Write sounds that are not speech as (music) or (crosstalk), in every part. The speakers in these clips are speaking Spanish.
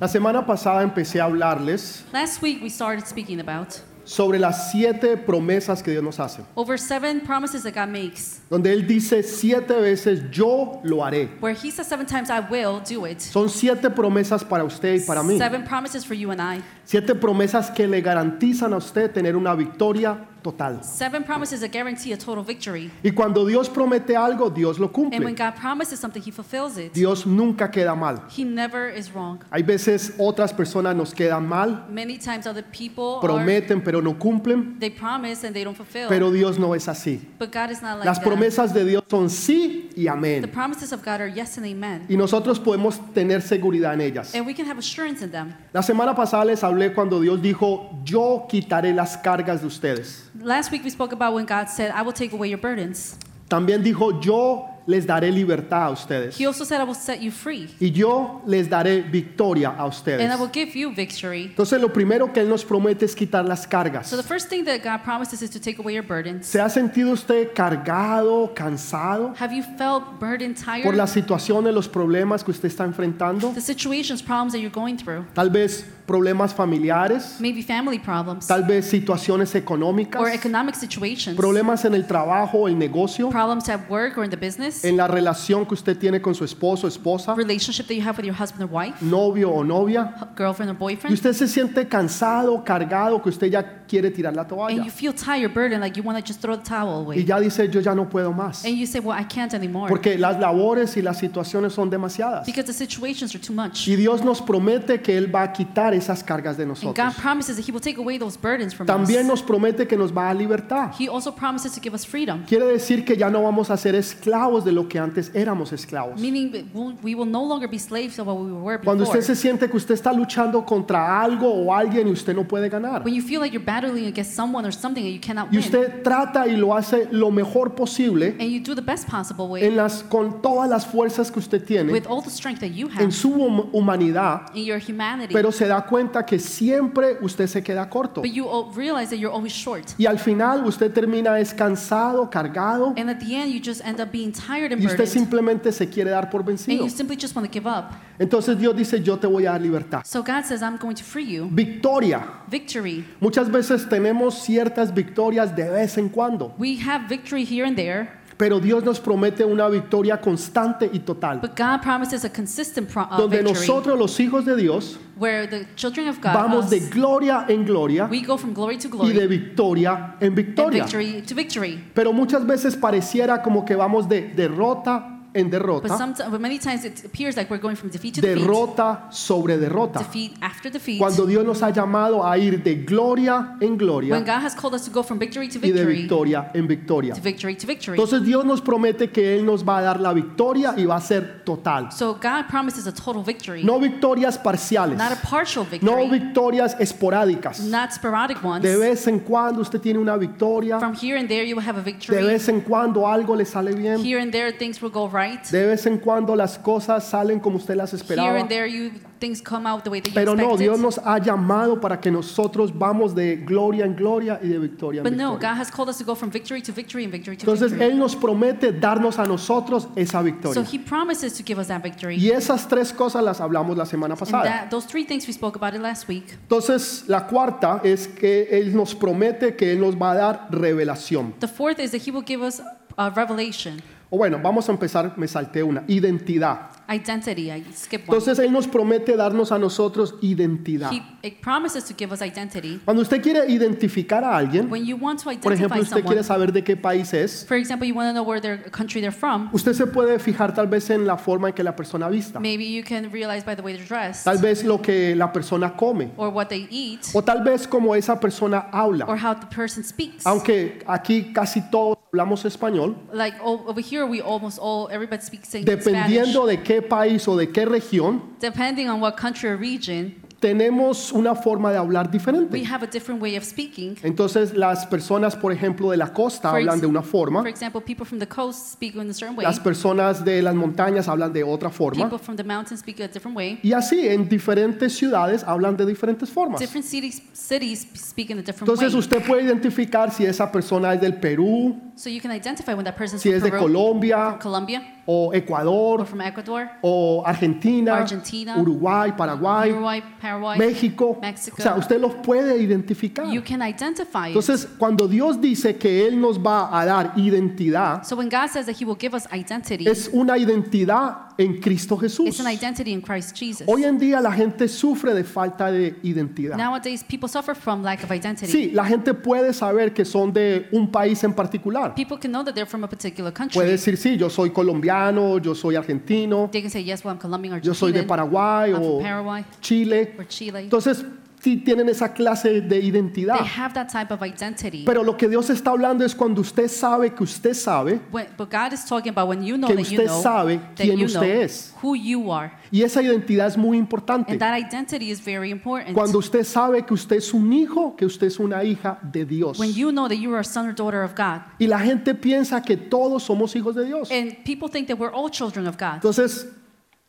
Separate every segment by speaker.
Speaker 1: La semana pasada empecé a hablarles
Speaker 2: Last week we started speaking about
Speaker 1: sobre las siete promesas que Dios nos hace,
Speaker 2: over seven promises that God makes,
Speaker 1: donde Él dice siete veces, yo lo haré.
Speaker 2: where He says seven times, I will do it.
Speaker 1: Son siete promesas para usted y para mí.
Speaker 2: Seven promises for you and I.
Speaker 1: Siete promesas que le garantizan a usted tener una victoria total.
Speaker 2: Seven promises that guarantee a total victory.
Speaker 1: Y cuando Dios promete algo, Dios lo
Speaker 2: And
Speaker 1: cumple.
Speaker 2: when God promises something, He fulfills it.
Speaker 1: Dios nunca queda mal.
Speaker 2: He never is wrong.
Speaker 1: Hay veces otras personas nos quedan mal,
Speaker 2: Many times other people are,
Speaker 1: prometen pero no cumplen,
Speaker 2: they promise and they don't fulfill.
Speaker 1: pero Dios no es así.
Speaker 2: but God is not like
Speaker 1: Las
Speaker 2: that.
Speaker 1: promesas de Dios son sí y
Speaker 2: The
Speaker 1: amén.
Speaker 2: promises of God are yes and amen.
Speaker 1: Y nosotros podemos tener seguridad en ellas.
Speaker 2: And we can have assurance in them.
Speaker 1: La semana pasada les hablé cuando Dios dijo, yo quitaré las cargas de ustedes.
Speaker 2: Last week we spoke about when God said, I will take away your burdens.
Speaker 1: También dijo, yo les daré libertad a ustedes.
Speaker 2: He also said, I will set you free.
Speaker 1: Y yo les daré victoria a ustedes.
Speaker 2: And I will give you victory.
Speaker 1: Entonces lo primero que Él nos promete es quitar las cargas.
Speaker 2: So the first thing that God promises is to take away your burdens.
Speaker 1: ¿Se ha sentido usted cargado, cansado
Speaker 2: Have you felt burdened, tired?
Speaker 1: por las situaciones, los problemas que usted está enfrentando?
Speaker 2: the situations, problems that you're going through.
Speaker 1: Tal vez problemas familiares,
Speaker 2: Maybe family problems
Speaker 1: tal vez situaciones
Speaker 2: or
Speaker 1: económicas,
Speaker 2: economic situations.
Speaker 1: problemas en el trabajo o el negocio,
Speaker 2: Problems at work or in the business.
Speaker 1: en la relación que usted tiene con su esposo, esposa,
Speaker 2: relationship that you have with your husband or wife,
Speaker 1: novio o novia.
Speaker 2: hu- girlfriend or
Speaker 1: Y
Speaker 2: boyfriend.
Speaker 1: usted se siente cansado, cargado, que usted ya quiere tirar la
Speaker 2: and
Speaker 1: toalla.
Speaker 2: you feel tired, burdened, like you want to just throw the towel away.
Speaker 1: Y ya dice, yo ya no puedo más.
Speaker 2: and you say, well, I can't anymore.
Speaker 1: Porque las labores y las situaciones son demasiadas.
Speaker 2: because the situations are too much.
Speaker 1: Y Dios nos promete que Él va a quitar esas cargas de
Speaker 2: And
Speaker 1: nosotros.
Speaker 2: God promises that He will take away those burdens from
Speaker 1: También
Speaker 2: us.
Speaker 1: nos promete que nos va a libertar.
Speaker 2: He also promises to give us freedom,
Speaker 1: Quiere decir que ya no vamos a ser esclavos de lo que antes éramos esclavos.
Speaker 2: meaning that we'll- we will no longer be slaves of what we were before.
Speaker 1: Cuando usted se siente que usted está luchando contra algo o alguien y usted no puede ganar.
Speaker 2: When you feel like you're battling against someone or something and you cannot
Speaker 1: Y
Speaker 2: win,
Speaker 1: usted trata y lo hace lo mejor posible
Speaker 2: and you do the best possible way
Speaker 1: en las, con todas las fuerzas que usted tiene,
Speaker 2: with all the strength that you
Speaker 1: en
Speaker 2: have
Speaker 1: su hum- humanidad,
Speaker 2: in your humanity,
Speaker 1: pero se da cuenta que siempre usted se queda corto.
Speaker 2: but you all realize that you're always short.
Speaker 1: Y al final usted termina descansado, cargado,
Speaker 2: And at the end, you just end up being tired and
Speaker 1: y usted
Speaker 2: burdened.
Speaker 1: simplemente se quiere dar por
Speaker 2: And
Speaker 1: vencido.
Speaker 2: you simply just want to give up.
Speaker 1: Entonces Dios dice, yo te voy a dar libertad.
Speaker 2: So God says, I'm going to free you.
Speaker 1: Victoria.
Speaker 2: Victory.
Speaker 1: Muchas veces tenemos ciertas victorias de vez en cuando,
Speaker 2: We have victory here and there,
Speaker 1: pero Dios nos promete una victoria constante y total,
Speaker 2: but God promises a consistent pro- uh,
Speaker 1: donde
Speaker 2: victory
Speaker 1: nosotros los hijos de Dios
Speaker 2: where the children of God,
Speaker 1: vamos de
Speaker 2: us,
Speaker 1: gloria en gloria
Speaker 2: we go from glory to
Speaker 1: y
Speaker 2: glory
Speaker 1: de victoria en
Speaker 2: and
Speaker 1: victoria.
Speaker 2: victory to victory.
Speaker 1: Pero muchas veces pareciera como que vamos de derrota en
Speaker 2: But,
Speaker 1: derrota,
Speaker 2: sometimes, but many times it appears like we're going from defeat to defeat,
Speaker 1: Ah. derrota sobre derrota.
Speaker 2: defeat after defeat.
Speaker 1: Cuando Dios nos ha llamado a ir de gloria en
Speaker 2: when
Speaker 1: gloria
Speaker 2: God has called us to go from victory to
Speaker 1: y de
Speaker 2: victory,
Speaker 1: victoria en victoria.
Speaker 2: to victory to victory.
Speaker 1: Entonces Dios nos promete que Él nos va a dar la victoria y va a ser total.
Speaker 2: so God promises a total victory,
Speaker 1: No victorias parciales,
Speaker 2: not a partial
Speaker 1: no
Speaker 2: victory,
Speaker 1: victorias esporádicas.
Speaker 2: not sporadic ones.
Speaker 1: De vez en cuando usted tiene una victoria,
Speaker 2: From here and there, you will have a
Speaker 1: de
Speaker 2: victory.
Speaker 1: vez en cuando algo le sale bien,
Speaker 2: Here and there, things will go right.
Speaker 1: de vez en cuando las cosas salen como usted las
Speaker 2: Here
Speaker 1: esperaba.
Speaker 2: and there, you things come out the way that you
Speaker 1: Pero no,
Speaker 2: expected.
Speaker 1: Dios nos ha llamado para que nosotros vamos de gloria en gloria y de victoria en
Speaker 2: but no,
Speaker 1: victoria.
Speaker 2: God has called us to go from victory to victory and victory to
Speaker 1: Entonces
Speaker 2: victory.
Speaker 1: Él nos promete darnos a nosotros esa
Speaker 2: So
Speaker 1: victoria.
Speaker 2: He promises to give us that victory.
Speaker 1: Y esas tres cosas las hablamos la semana
Speaker 2: and
Speaker 1: pasada.
Speaker 2: that, those three things we spoke about it last week.
Speaker 1: Entonces, la cuarta es que Él nos promete que Él nos va a dar revelación.
Speaker 2: The fourth is that He will give us a revelation,
Speaker 1: O bueno, vamos a empezar, me salté una, identidad.
Speaker 2: identity. I skip one.
Speaker 1: Entonces, Él nos promete darnos a nosotros identidad.
Speaker 2: He it promises to give us identity.
Speaker 1: Cuando usted quiere identificar a alguien,
Speaker 2: When you want to
Speaker 1: por
Speaker 2: identify
Speaker 1: ejemplo, usted
Speaker 2: someone,
Speaker 1: quiere saber de qué país es,
Speaker 2: for example, you want to know where their country they're from.
Speaker 1: usted se puede fijar tal vez en la forma en que la persona vista,
Speaker 2: Maybe you can realize by the way they're dressed,
Speaker 1: tal vez lo que la persona come,
Speaker 2: or what they eat,
Speaker 1: o tal vez como esa persona habla.
Speaker 2: or how the person speaks.
Speaker 1: Aunque aquí casi todos hablamos español,
Speaker 2: Like o- over here, we almost all everybody speaks in Spanish.
Speaker 1: dependiendo de qué país o de qué región,
Speaker 2: Depending on what country or region,
Speaker 1: tenemos una forma de hablar
Speaker 2: we
Speaker 1: diferente.
Speaker 2: have a different way of speaking.
Speaker 1: Entonces las personas, por ejemplo, de la costa
Speaker 2: For
Speaker 1: hablan
Speaker 2: ex-
Speaker 1: de una forma,
Speaker 2: For example, people from the coast speak in a certain way.
Speaker 1: las personas de las montañas hablan de otra forma.
Speaker 2: People from the mountains speak a different way.
Speaker 1: Y así, en diferentes ciudades hablan de diferentes formas.
Speaker 2: Different cities cities speak in a different
Speaker 1: Entonces
Speaker 2: way.
Speaker 1: usted puede identificar si esa persona es del Perú,
Speaker 2: So you can identify when that person's
Speaker 1: si
Speaker 2: from
Speaker 1: es de
Speaker 2: Peru,
Speaker 1: Colombia
Speaker 2: from Colombia,
Speaker 1: o
Speaker 2: or
Speaker 1: Ecuador
Speaker 2: from Ecuador,
Speaker 1: o Argentina,
Speaker 2: Argentina,
Speaker 1: Uruguay, Paraguay,
Speaker 2: Uruguay, Paraguay.
Speaker 1: México.
Speaker 2: Mexico.
Speaker 1: O sea, usted los puede identificar.
Speaker 2: You can identify. it.
Speaker 1: Entonces, cuando Dios dice que Él nos va a dar identidad,
Speaker 2: so when God says that He will give us identity,
Speaker 1: es una identidad en Cristo Jesús.
Speaker 2: it's an identity in Christ Jesus.
Speaker 1: Hoy en día la gente sufre de falta de identidad.
Speaker 2: Nowadays, people suffer from lack of identity.
Speaker 1: Sí, la gente puede saber que son de un país en particular.
Speaker 2: People can know that they're from a particular country.
Speaker 1: Puede decir, sí, yo soy colombiano, yo soy argentino,
Speaker 2: they can say, yes, well, I'm Colombian or
Speaker 1: yo soy de Paraguay
Speaker 2: I'm from
Speaker 1: o
Speaker 2: Paraguay
Speaker 1: Chile.
Speaker 2: or Chile.
Speaker 1: Entonces, sí tienen esa clase de identidad.
Speaker 2: they have that type of identity.
Speaker 1: Pero lo que Dios está hablando es cuando usted sabe que usted sabe
Speaker 2: When- but God is talking about when you know
Speaker 1: Que
Speaker 2: that you
Speaker 1: usted
Speaker 2: know
Speaker 1: sabe
Speaker 2: that
Speaker 1: quién
Speaker 2: you know
Speaker 1: usted es.
Speaker 2: who you are.
Speaker 1: y esa identidad es muy importante.
Speaker 2: And that identity is very important.
Speaker 1: Cuando usted sabe que usted es un hijo, que usted es una hija de Dios.
Speaker 2: when you know that you are a son or daughter of God.
Speaker 1: Y la gente piensa que todos somos hijos de Dios.
Speaker 2: And people think that we're all children of God.
Speaker 1: Entonces,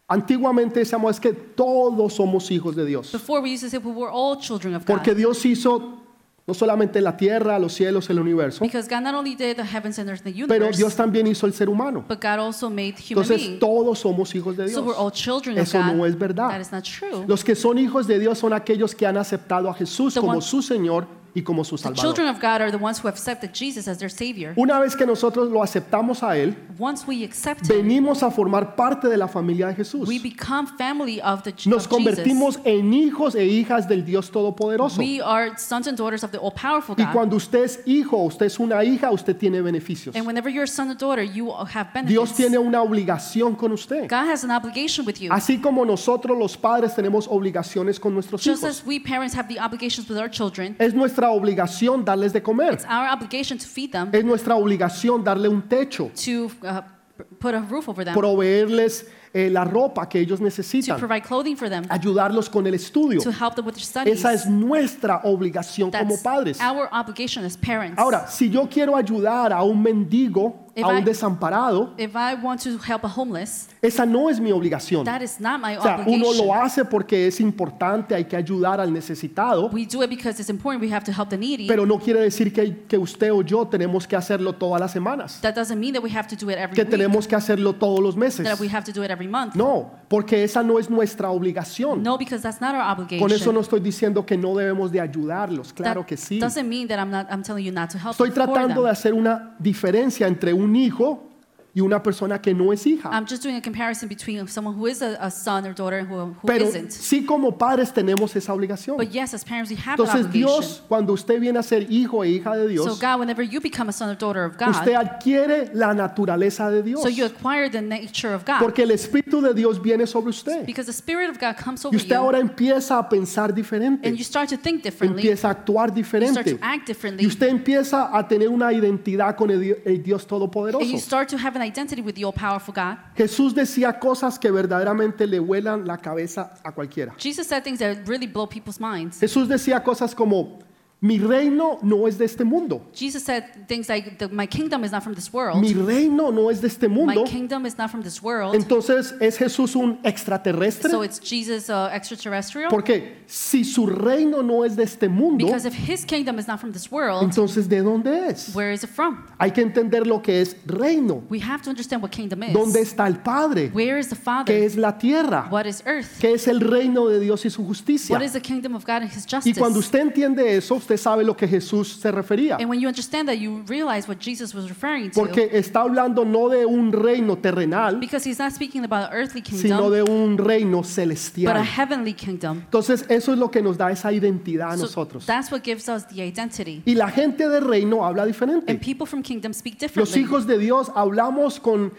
Speaker 1: antiguamente decíamos es que todos somos hijos de Dios.
Speaker 2: Before we used to say well, we're all children of God.
Speaker 1: Porque Dios hizo no solamente la tierra, los cielos, el universo,
Speaker 2: because God not only did the heavens and earth and the
Speaker 1: pero
Speaker 2: universe,
Speaker 1: Dios también hizo el ser humano.
Speaker 2: but God also made human
Speaker 1: Entonces,
Speaker 2: beings.
Speaker 1: todos somos hijos de
Speaker 2: so we're all
Speaker 1: Dios.
Speaker 2: children
Speaker 1: Eso
Speaker 2: of God.
Speaker 1: no es verdad.
Speaker 2: That is not true.
Speaker 1: Los que son hijos de Dios son aquellos que han aceptado a Jesús
Speaker 2: The
Speaker 1: como
Speaker 2: ones-
Speaker 1: su Señor y como su
Speaker 2: the
Speaker 1: Salvador.
Speaker 2: children of God are the ones who have accepted Jesus as their Savior.
Speaker 1: Una vez que nosotros lo aceptamos a Él,
Speaker 2: Once we accept Him,
Speaker 1: venimos a formar parte de la familia de Jesús.
Speaker 2: we become family of the of
Speaker 1: Nos
Speaker 2: Jesus.
Speaker 1: convertimos en hijos e hijas del Dios Todopoderoso.
Speaker 2: We are sons and daughters of the all-powerful
Speaker 1: Y
Speaker 2: God.
Speaker 1: cuando usted es hijo, usted es una hija, usted tiene beneficios.
Speaker 2: and whenever you're a son or daughter, you have benefits.
Speaker 1: Dios tiene una obligación con usted.
Speaker 2: God has an obligation with you.
Speaker 1: Así como nosotros los padres tenemos obligaciones con nuestros
Speaker 2: Just
Speaker 1: hijos.
Speaker 2: as we parents have the obligations with our children,
Speaker 1: Es nuestra obligación darles de comer.
Speaker 2: it's our obligation to feed them,
Speaker 1: Es nuestra obligación darle un techo,
Speaker 2: to uh, p- put a roof over them,
Speaker 1: proveerles eh, la ropa que ellos
Speaker 2: to
Speaker 1: necesitan,
Speaker 2: provide clothing for them,
Speaker 1: ayudarlos con el estudio.
Speaker 2: to help them with their studies.
Speaker 1: Esa es nuestra obligación como
Speaker 2: That's
Speaker 1: padres.
Speaker 2: our obligation as parents.
Speaker 1: Ahora, si yo quiero ayudar a un mendigo,
Speaker 2: If
Speaker 1: a un
Speaker 2: I-
Speaker 1: desamparado,
Speaker 2: if I want to help a homeless,
Speaker 1: esa no es mi obligación.
Speaker 2: that is not my
Speaker 1: um, O sea, uno
Speaker 2: obligation.
Speaker 1: lo hace porque es importante, hay que ayudar al necesitado,
Speaker 2: we do it because it's important. We have to help the needy.
Speaker 1: pero no quiere decir que, que usted o yo tenemos que hacerlo todas las semanas,
Speaker 2: that doesn't mean that we have to do it every
Speaker 1: que
Speaker 2: week.
Speaker 1: tenemos que hacerlo todos los meses.
Speaker 2: that we have to do it every month.
Speaker 1: No, porque esa no es nuestra obligación.
Speaker 2: No, because that's not our obligation.
Speaker 1: Con eso no estoy diciendo que no debemos de ayudarlos, claro
Speaker 2: That
Speaker 1: que sí.
Speaker 2: Doesn't mean that I'm not. I'm telling you not to help.
Speaker 1: Estoy
Speaker 2: them, for
Speaker 1: tratando de
Speaker 2: them.
Speaker 1: hacer una diferencia entre un hijo y una persona que no es hija.
Speaker 2: I'm just doing a comparison between someone who is a, a son or daughter and who, who Pues
Speaker 1: Pero
Speaker 2: not
Speaker 1: sí como padres tenemos esa obligación.
Speaker 2: But yes, as parents, we have that
Speaker 1: Entonces
Speaker 2: obligation.
Speaker 1: Dios, cuando usted viene a ser hijo e hija de
Speaker 2: so
Speaker 1: Dios,
Speaker 2: God, whenever you become a son or daughter of God,
Speaker 1: usted adquiere la naturaleza de Dios.
Speaker 2: so you acquire the nature of God,
Speaker 1: Porque el Espíritu de Dios viene sobre usted.
Speaker 2: because the Spirit of God comes
Speaker 1: Y
Speaker 2: over
Speaker 1: usted
Speaker 2: you,
Speaker 1: ahora empieza a pensar diferente.
Speaker 2: and you start to think differently.
Speaker 1: Empieza a actuar
Speaker 2: you start to
Speaker 1: diferente.
Speaker 2: act differently.
Speaker 1: Y usted empieza a tener una identidad con el, Di- el Dios
Speaker 2: and you
Speaker 1: Todopoderoso.
Speaker 2: start to have an identity with the all-powerful God.
Speaker 1: Jesús decía cosas que verdaderamente le vuelan la cabeza a cualquiera.
Speaker 2: Jesus said things that really blow people's minds.
Speaker 1: Jesús decía cosas como, mi reino no es de este mundo.
Speaker 2: Jesus said things like, the, My kingdom is not from this world.
Speaker 1: Mi reino no es de este
Speaker 2: My
Speaker 1: mundo.
Speaker 2: kingdom is not from this world.
Speaker 1: Entonces, ¿es Jesús un extraterrestre?
Speaker 2: so it's Jesus uh, extraterrestrial?
Speaker 1: Porque si su reino no es de este mundo,
Speaker 2: Because if his kingdom is not from this world,
Speaker 1: entonces ¿de dónde es?
Speaker 2: where is it from?
Speaker 1: Hay que entender lo que es reino.
Speaker 2: We have to understand what kingdom is.
Speaker 1: ¿Dónde está el Padre?
Speaker 2: Where is the
Speaker 1: ¿Qué
Speaker 2: Father?
Speaker 1: es la tierra?
Speaker 2: What is earth?
Speaker 1: ¿Qué es el reino de Dios y su justicia?
Speaker 2: What is the kingdom of God and his
Speaker 1: Y
Speaker 2: justice?
Speaker 1: cuando usted entiende eso, usted sabe lo que Jesús se refería.
Speaker 2: and when you understand that, you realize what Jesus was referring to.
Speaker 1: Porque está hablando no de un reino terrenal,
Speaker 2: because he's not speaking about an earthly
Speaker 1: sino
Speaker 2: kingdom,
Speaker 1: de un reino
Speaker 2: but a
Speaker 1: celestial.
Speaker 2: heavenly kingdom.
Speaker 1: Entonces, eso es lo que nos da esa identidad a
Speaker 2: So
Speaker 1: nosotros.
Speaker 2: that's what gives us the identity.
Speaker 1: Y la gente de reino habla
Speaker 2: And
Speaker 1: diferente.
Speaker 2: people from kingdom speak
Speaker 1: Los
Speaker 2: differently.
Speaker 1: hijos de Dios hablamos con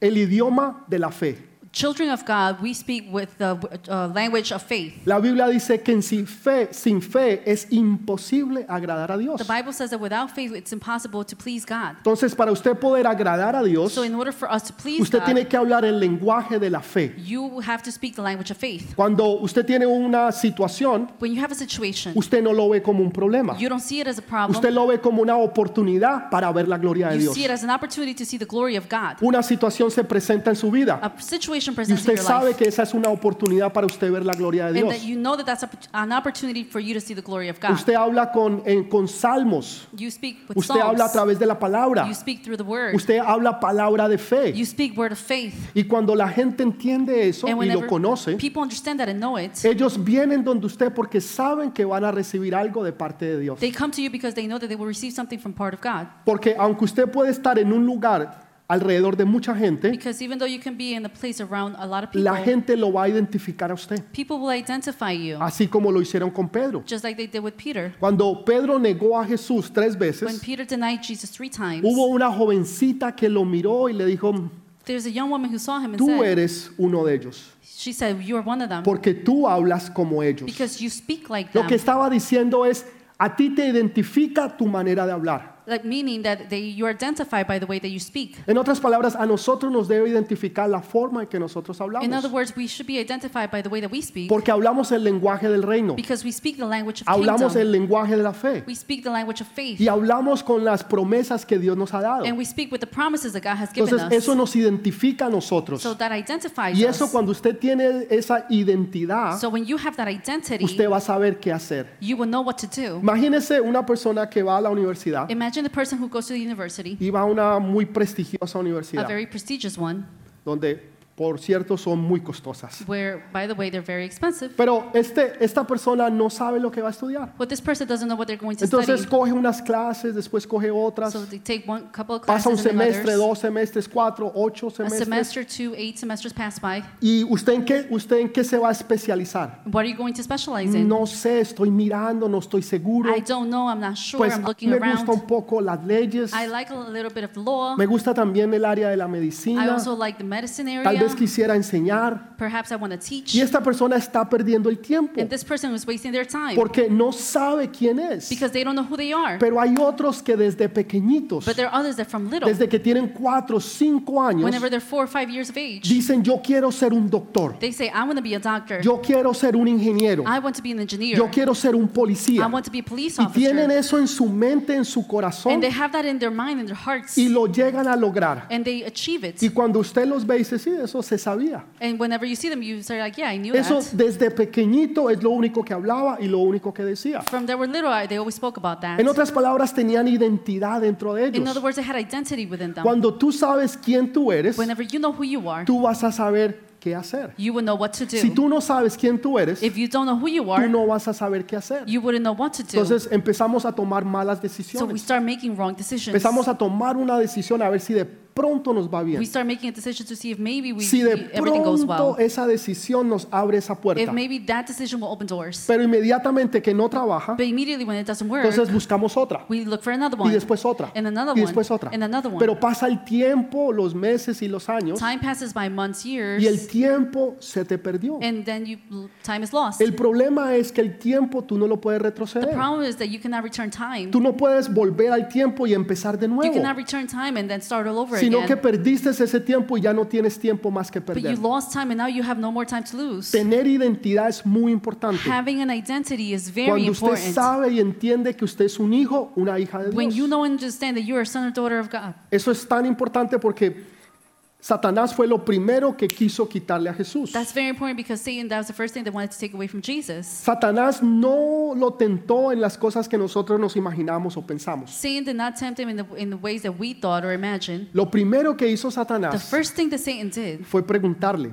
Speaker 1: el idioma de la fe.
Speaker 2: Children of God, we speak with the uh, language of faith.
Speaker 1: La Biblia dice que en sin fe, sin fe es imposible agradar a Dios.
Speaker 2: The Bible says that without faith, it's impossible to please God.
Speaker 1: Entonces, para usted poder agradar a Dios,
Speaker 2: So, in order for us to please
Speaker 1: usted
Speaker 2: God,
Speaker 1: tiene que hablar el lenguaje de la fe.
Speaker 2: you have to speak the language of faith.
Speaker 1: Cuando usted tiene una situación,
Speaker 2: When you have a situation,
Speaker 1: usted no lo ve como un problema.
Speaker 2: you don't see it as a problem.
Speaker 1: Usted lo ve como una oportunidad para ver la gloria de
Speaker 2: you
Speaker 1: Dios.
Speaker 2: see it as an opportunity to see the glory of God.
Speaker 1: Una situación se presenta en su vida.
Speaker 2: A situation situation
Speaker 1: Y
Speaker 2: presents in
Speaker 1: usted
Speaker 2: your life.
Speaker 1: sabe que esa es una oportunidad para usted ver la gloria de
Speaker 2: and
Speaker 1: Dios.
Speaker 2: that you know that that's oppor- an opportunity for you to see the glory of God.
Speaker 1: Usted habla con, en- con salmos.
Speaker 2: you speak with
Speaker 1: Usted habla a
Speaker 2: psalms.
Speaker 1: través de la palabra.
Speaker 2: You speak through the word.
Speaker 1: Usted habla palabra de
Speaker 2: you
Speaker 1: fe.
Speaker 2: speak word of faith.
Speaker 1: Y cuando la gente entiende eso
Speaker 2: and
Speaker 1: y
Speaker 2: whenever
Speaker 1: lo conoce, Eh.
Speaker 2: people understand that and know it,
Speaker 1: ellos vienen donde usted porque saben que van a recibir algo de parte de Dios.
Speaker 2: they come to you because they know that they will receive something from part of God.
Speaker 1: Porque aunque usted puede estar en un lugar alrededor de mucha gente,
Speaker 2: Because even though you can be in a place around a lot of people,
Speaker 1: la gente Ah. lo va a identificar a usted,
Speaker 2: people will identify you,
Speaker 1: así como lo hicieron con Pedro.
Speaker 2: just like they did with Peter.
Speaker 1: Cuando Pedro negó a Jesús tres
Speaker 2: When
Speaker 1: veces,
Speaker 2: Peter denied Jesus three times,
Speaker 1: hubo una jovencita que lo miró y le dijo,
Speaker 2: there's a young woman who saw him and
Speaker 1: tú
Speaker 2: said,
Speaker 1: eres uno de ellos,
Speaker 2: she said, you are one of them
Speaker 1: porque tú hablas como ellos.
Speaker 2: because you speak like
Speaker 1: Lo
Speaker 2: them.
Speaker 1: que estaba diciendo es, a ti te identifica tu manera de hablar.
Speaker 2: Like meaning that they, you are identified by the way that you speak.
Speaker 1: En otras palabras, a nosotros nos debe identificar la forma en que nosotros
Speaker 2: In other
Speaker 1: hablamos,
Speaker 2: words, we should be identified by the way that we speak
Speaker 1: porque hablamos el lenguaje del reino,
Speaker 2: because we speak the language of
Speaker 1: hablamos
Speaker 2: kingdom.
Speaker 1: el lenguaje de la fe
Speaker 2: We speak the language of faith
Speaker 1: y hablamos con las promesas que Dios nos ha dado.
Speaker 2: and we speak with the promises that God has given
Speaker 1: Entonces, eso
Speaker 2: us.
Speaker 1: nos identifica a nosotros.
Speaker 2: So that identifies
Speaker 1: Y eso
Speaker 2: us.
Speaker 1: cuando usted tiene esa identidad,
Speaker 2: so when you have that identity,
Speaker 1: usted va a saber qué hacer.
Speaker 2: you will know what to do.
Speaker 1: Imagínese una persona que va a la universidad
Speaker 2: Imagine the person who goes to the university,
Speaker 1: y va a una muy prestigiosa
Speaker 2: a
Speaker 1: universidad,
Speaker 2: very prestigious one,
Speaker 1: donde, por cierto, son muy costosas.
Speaker 2: where, by the way, they're very expensive.
Speaker 1: Pero este, esta persona no sabe lo que va a estudiar.
Speaker 2: But this person doesn't know what they're going to
Speaker 1: Entonces
Speaker 2: study.
Speaker 1: coge unas clases, después coge otras,
Speaker 2: So they take one couple of classes
Speaker 1: pasa un
Speaker 2: and then
Speaker 1: semestre,
Speaker 2: others.
Speaker 1: dos semestres, cuatro, ocho
Speaker 2: a
Speaker 1: semestres.
Speaker 2: semester, two, eight semesters pass by.
Speaker 1: ¿Y usted en qué, usted en qué se va a especializar?
Speaker 2: What are you going to specialize in?
Speaker 1: No sé, estoy mirando, no estoy seguro.
Speaker 2: I don't know. I'm not sure.
Speaker 1: Pues
Speaker 2: I'm
Speaker 1: a mí
Speaker 2: looking
Speaker 1: me
Speaker 2: around.
Speaker 1: gusta un poco las leyes,
Speaker 2: I like a little bit of law.
Speaker 1: me gusta también el área de la
Speaker 2: I
Speaker 1: medicina,
Speaker 2: also like the medicine
Speaker 1: tal
Speaker 2: area.
Speaker 1: vez quisiera enseñar.
Speaker 2: Perhaps I want to teach.
Speaker 1: Y esta persona está perdiendo el tiempo
Speaker 2: And this person was wasting their time
Speaker 1: porque no sabe quién es.
Speaker 2: because they don't know who they are.
Speaker 1: Pero hay otros que desde pequeñitos,
Speaker 2: But there are others that from little,
Speaker 1: desde que tienen cuatro, cinco años,
Speaker 2: whenever they're four or five years of age,
Speaker 1: dicen yo quiero ser un doctor.
Speaker 2: they say, I want to be a doctor.
Speaker 1: Yo quiero ser un ingeniero.
Speaker 2: I want to be an engineer.
Speaker 1: Yo quiero ser un
Speaker 2: I
Speaker 1: policía.
Speaker 2: want to be a police
Speaker 1: Y tienen
Speaker 2: officer.
Speaker 1: eso en su mente, en su corazón,
Speaker 2: And they have that in their mind, in their hearts,
Speaker 1: y lo llegan a lograr.
Speaker 2: and they achieve it.
Speaker 1: Y cuando usted los ve, dice, sí, eso se sabía.
Speaker 2: And whenever you see them, you say, like, yeah, I knew
Speaker 1: Eso
Speaker 2: that.
Speaker 1: desde pequeñito es lo único que hablaba y lo único que decía.
Speaker 2: From they were little, I- they always spoke about that.
Speaker 1: En otras palabras, tenían identidad dentro de
Speaker 2: In other
Speaker 1: ellos.
Speaker 2: words, um, they had identity within them.
Speaker 1: Cuando tú sabes quién tú eres,
Speaker 2: Whenever you know who you are,
Speaker 1: tú vas a saber qué hacer.
Speaker 2: you will know what to
Speaker 1: Si
Speaker 2: do.
Speaker 1: tú no sabes quién tú eres,
Speaker 2: If you don't know who you
Speaker 1: tú
Speaker 2: are,
Speaker 1: no vas a saber qué hacer.
Speaker 2: you wouldn't know what to do.
Speaker 1: Entonces empezamos a tomar malas
Speaker 2: So we
Speaker 1: decisiones.
Speaker 2: start making wrong decisions.
Speaker 1: Empezamos a tomar una decisión a ver si de pronto nos va bien.
Speaker 2: We start making a decision to see if maybe we,
Speaker 1: Si de
Speaker 2: everything goes
Speaker 1: pronto
Speaker 2: well.
Speaker 1: esa decisión nos abre esa
Speaker 2: If
Speaker 1: puerta.
Speaker 2: maybe that decision will open doors.
Speaker 1: Pero inmediatamente que no trabaja,
Speaker 2: But immediately when it doesn't work,
Speaker 1: entonces buscamos otra.
Speaker 2: we look for another
Speaker 1: Y
Speaker 2: one.
Speaker 1: después otra.
Speaker 2: And another
Speaker 1: Y
Speaker 2: one.
Speaker 1: después otra.
Speaker 2: And another one.
Speaker 1: Pero pasa el tiempo, los meses y los años.
Speaker 2: Time passes by months, years,
Speaker 1: Y el tiempo se te perdió.
Speaker 2: and then you time is lost.
Speaker 1: El problema es que el tiempo tú no lo puedes
Speaker 2: the
Speaker 1: retroceder.
Speaker 2: problem is that you cannot return time.
Speaker 1: Tú no puedes volver al tiempo y empezar de
Speaker 2: you
Speaker 1: nuevo.
Speaker 2: cannot return time and then start all over
Speaker 1: Sino
Speaker 2: again.
Speaker 1: que perdiste ese tiempo y ya no tienes tiempo más que
Speaker 2: but you
Speaker 1: perder.
Speaker 2: lost time and now you have no more time to lose.
Speaker 1: Tener identidad es muy importante.
Speaker 2: Having an identity is very
Speaker 1: Cuando usted
Speaker 2: important.
Speaker 1: sabe y entiende que usted es un hijo, una hija de
Speaker 2: when you
Speaker 1: Dios.
Speaker 2: know and understand that you are a son or daughter of God.
Speaker 1: Eso es tan importante porque Satanás fue lo primero que quiso quitarle a Jesús.
Speaker 2: That's very important because Satan, that was the first thing they wanted to take away from Jesus.
Speaker 1: Satanás no lo tentó en las cosas que nosotros nos imaginamos o pensamos.
Speaker 2: Satan did not tempt him in the, in the ways that we thought or imagined.
Speaker 1: Lo primero que hizo
Speaker 2: The
Speaker 1: Satanás
Speaker 2: first thing that Satan did
Speaker 1: fue preguntarle,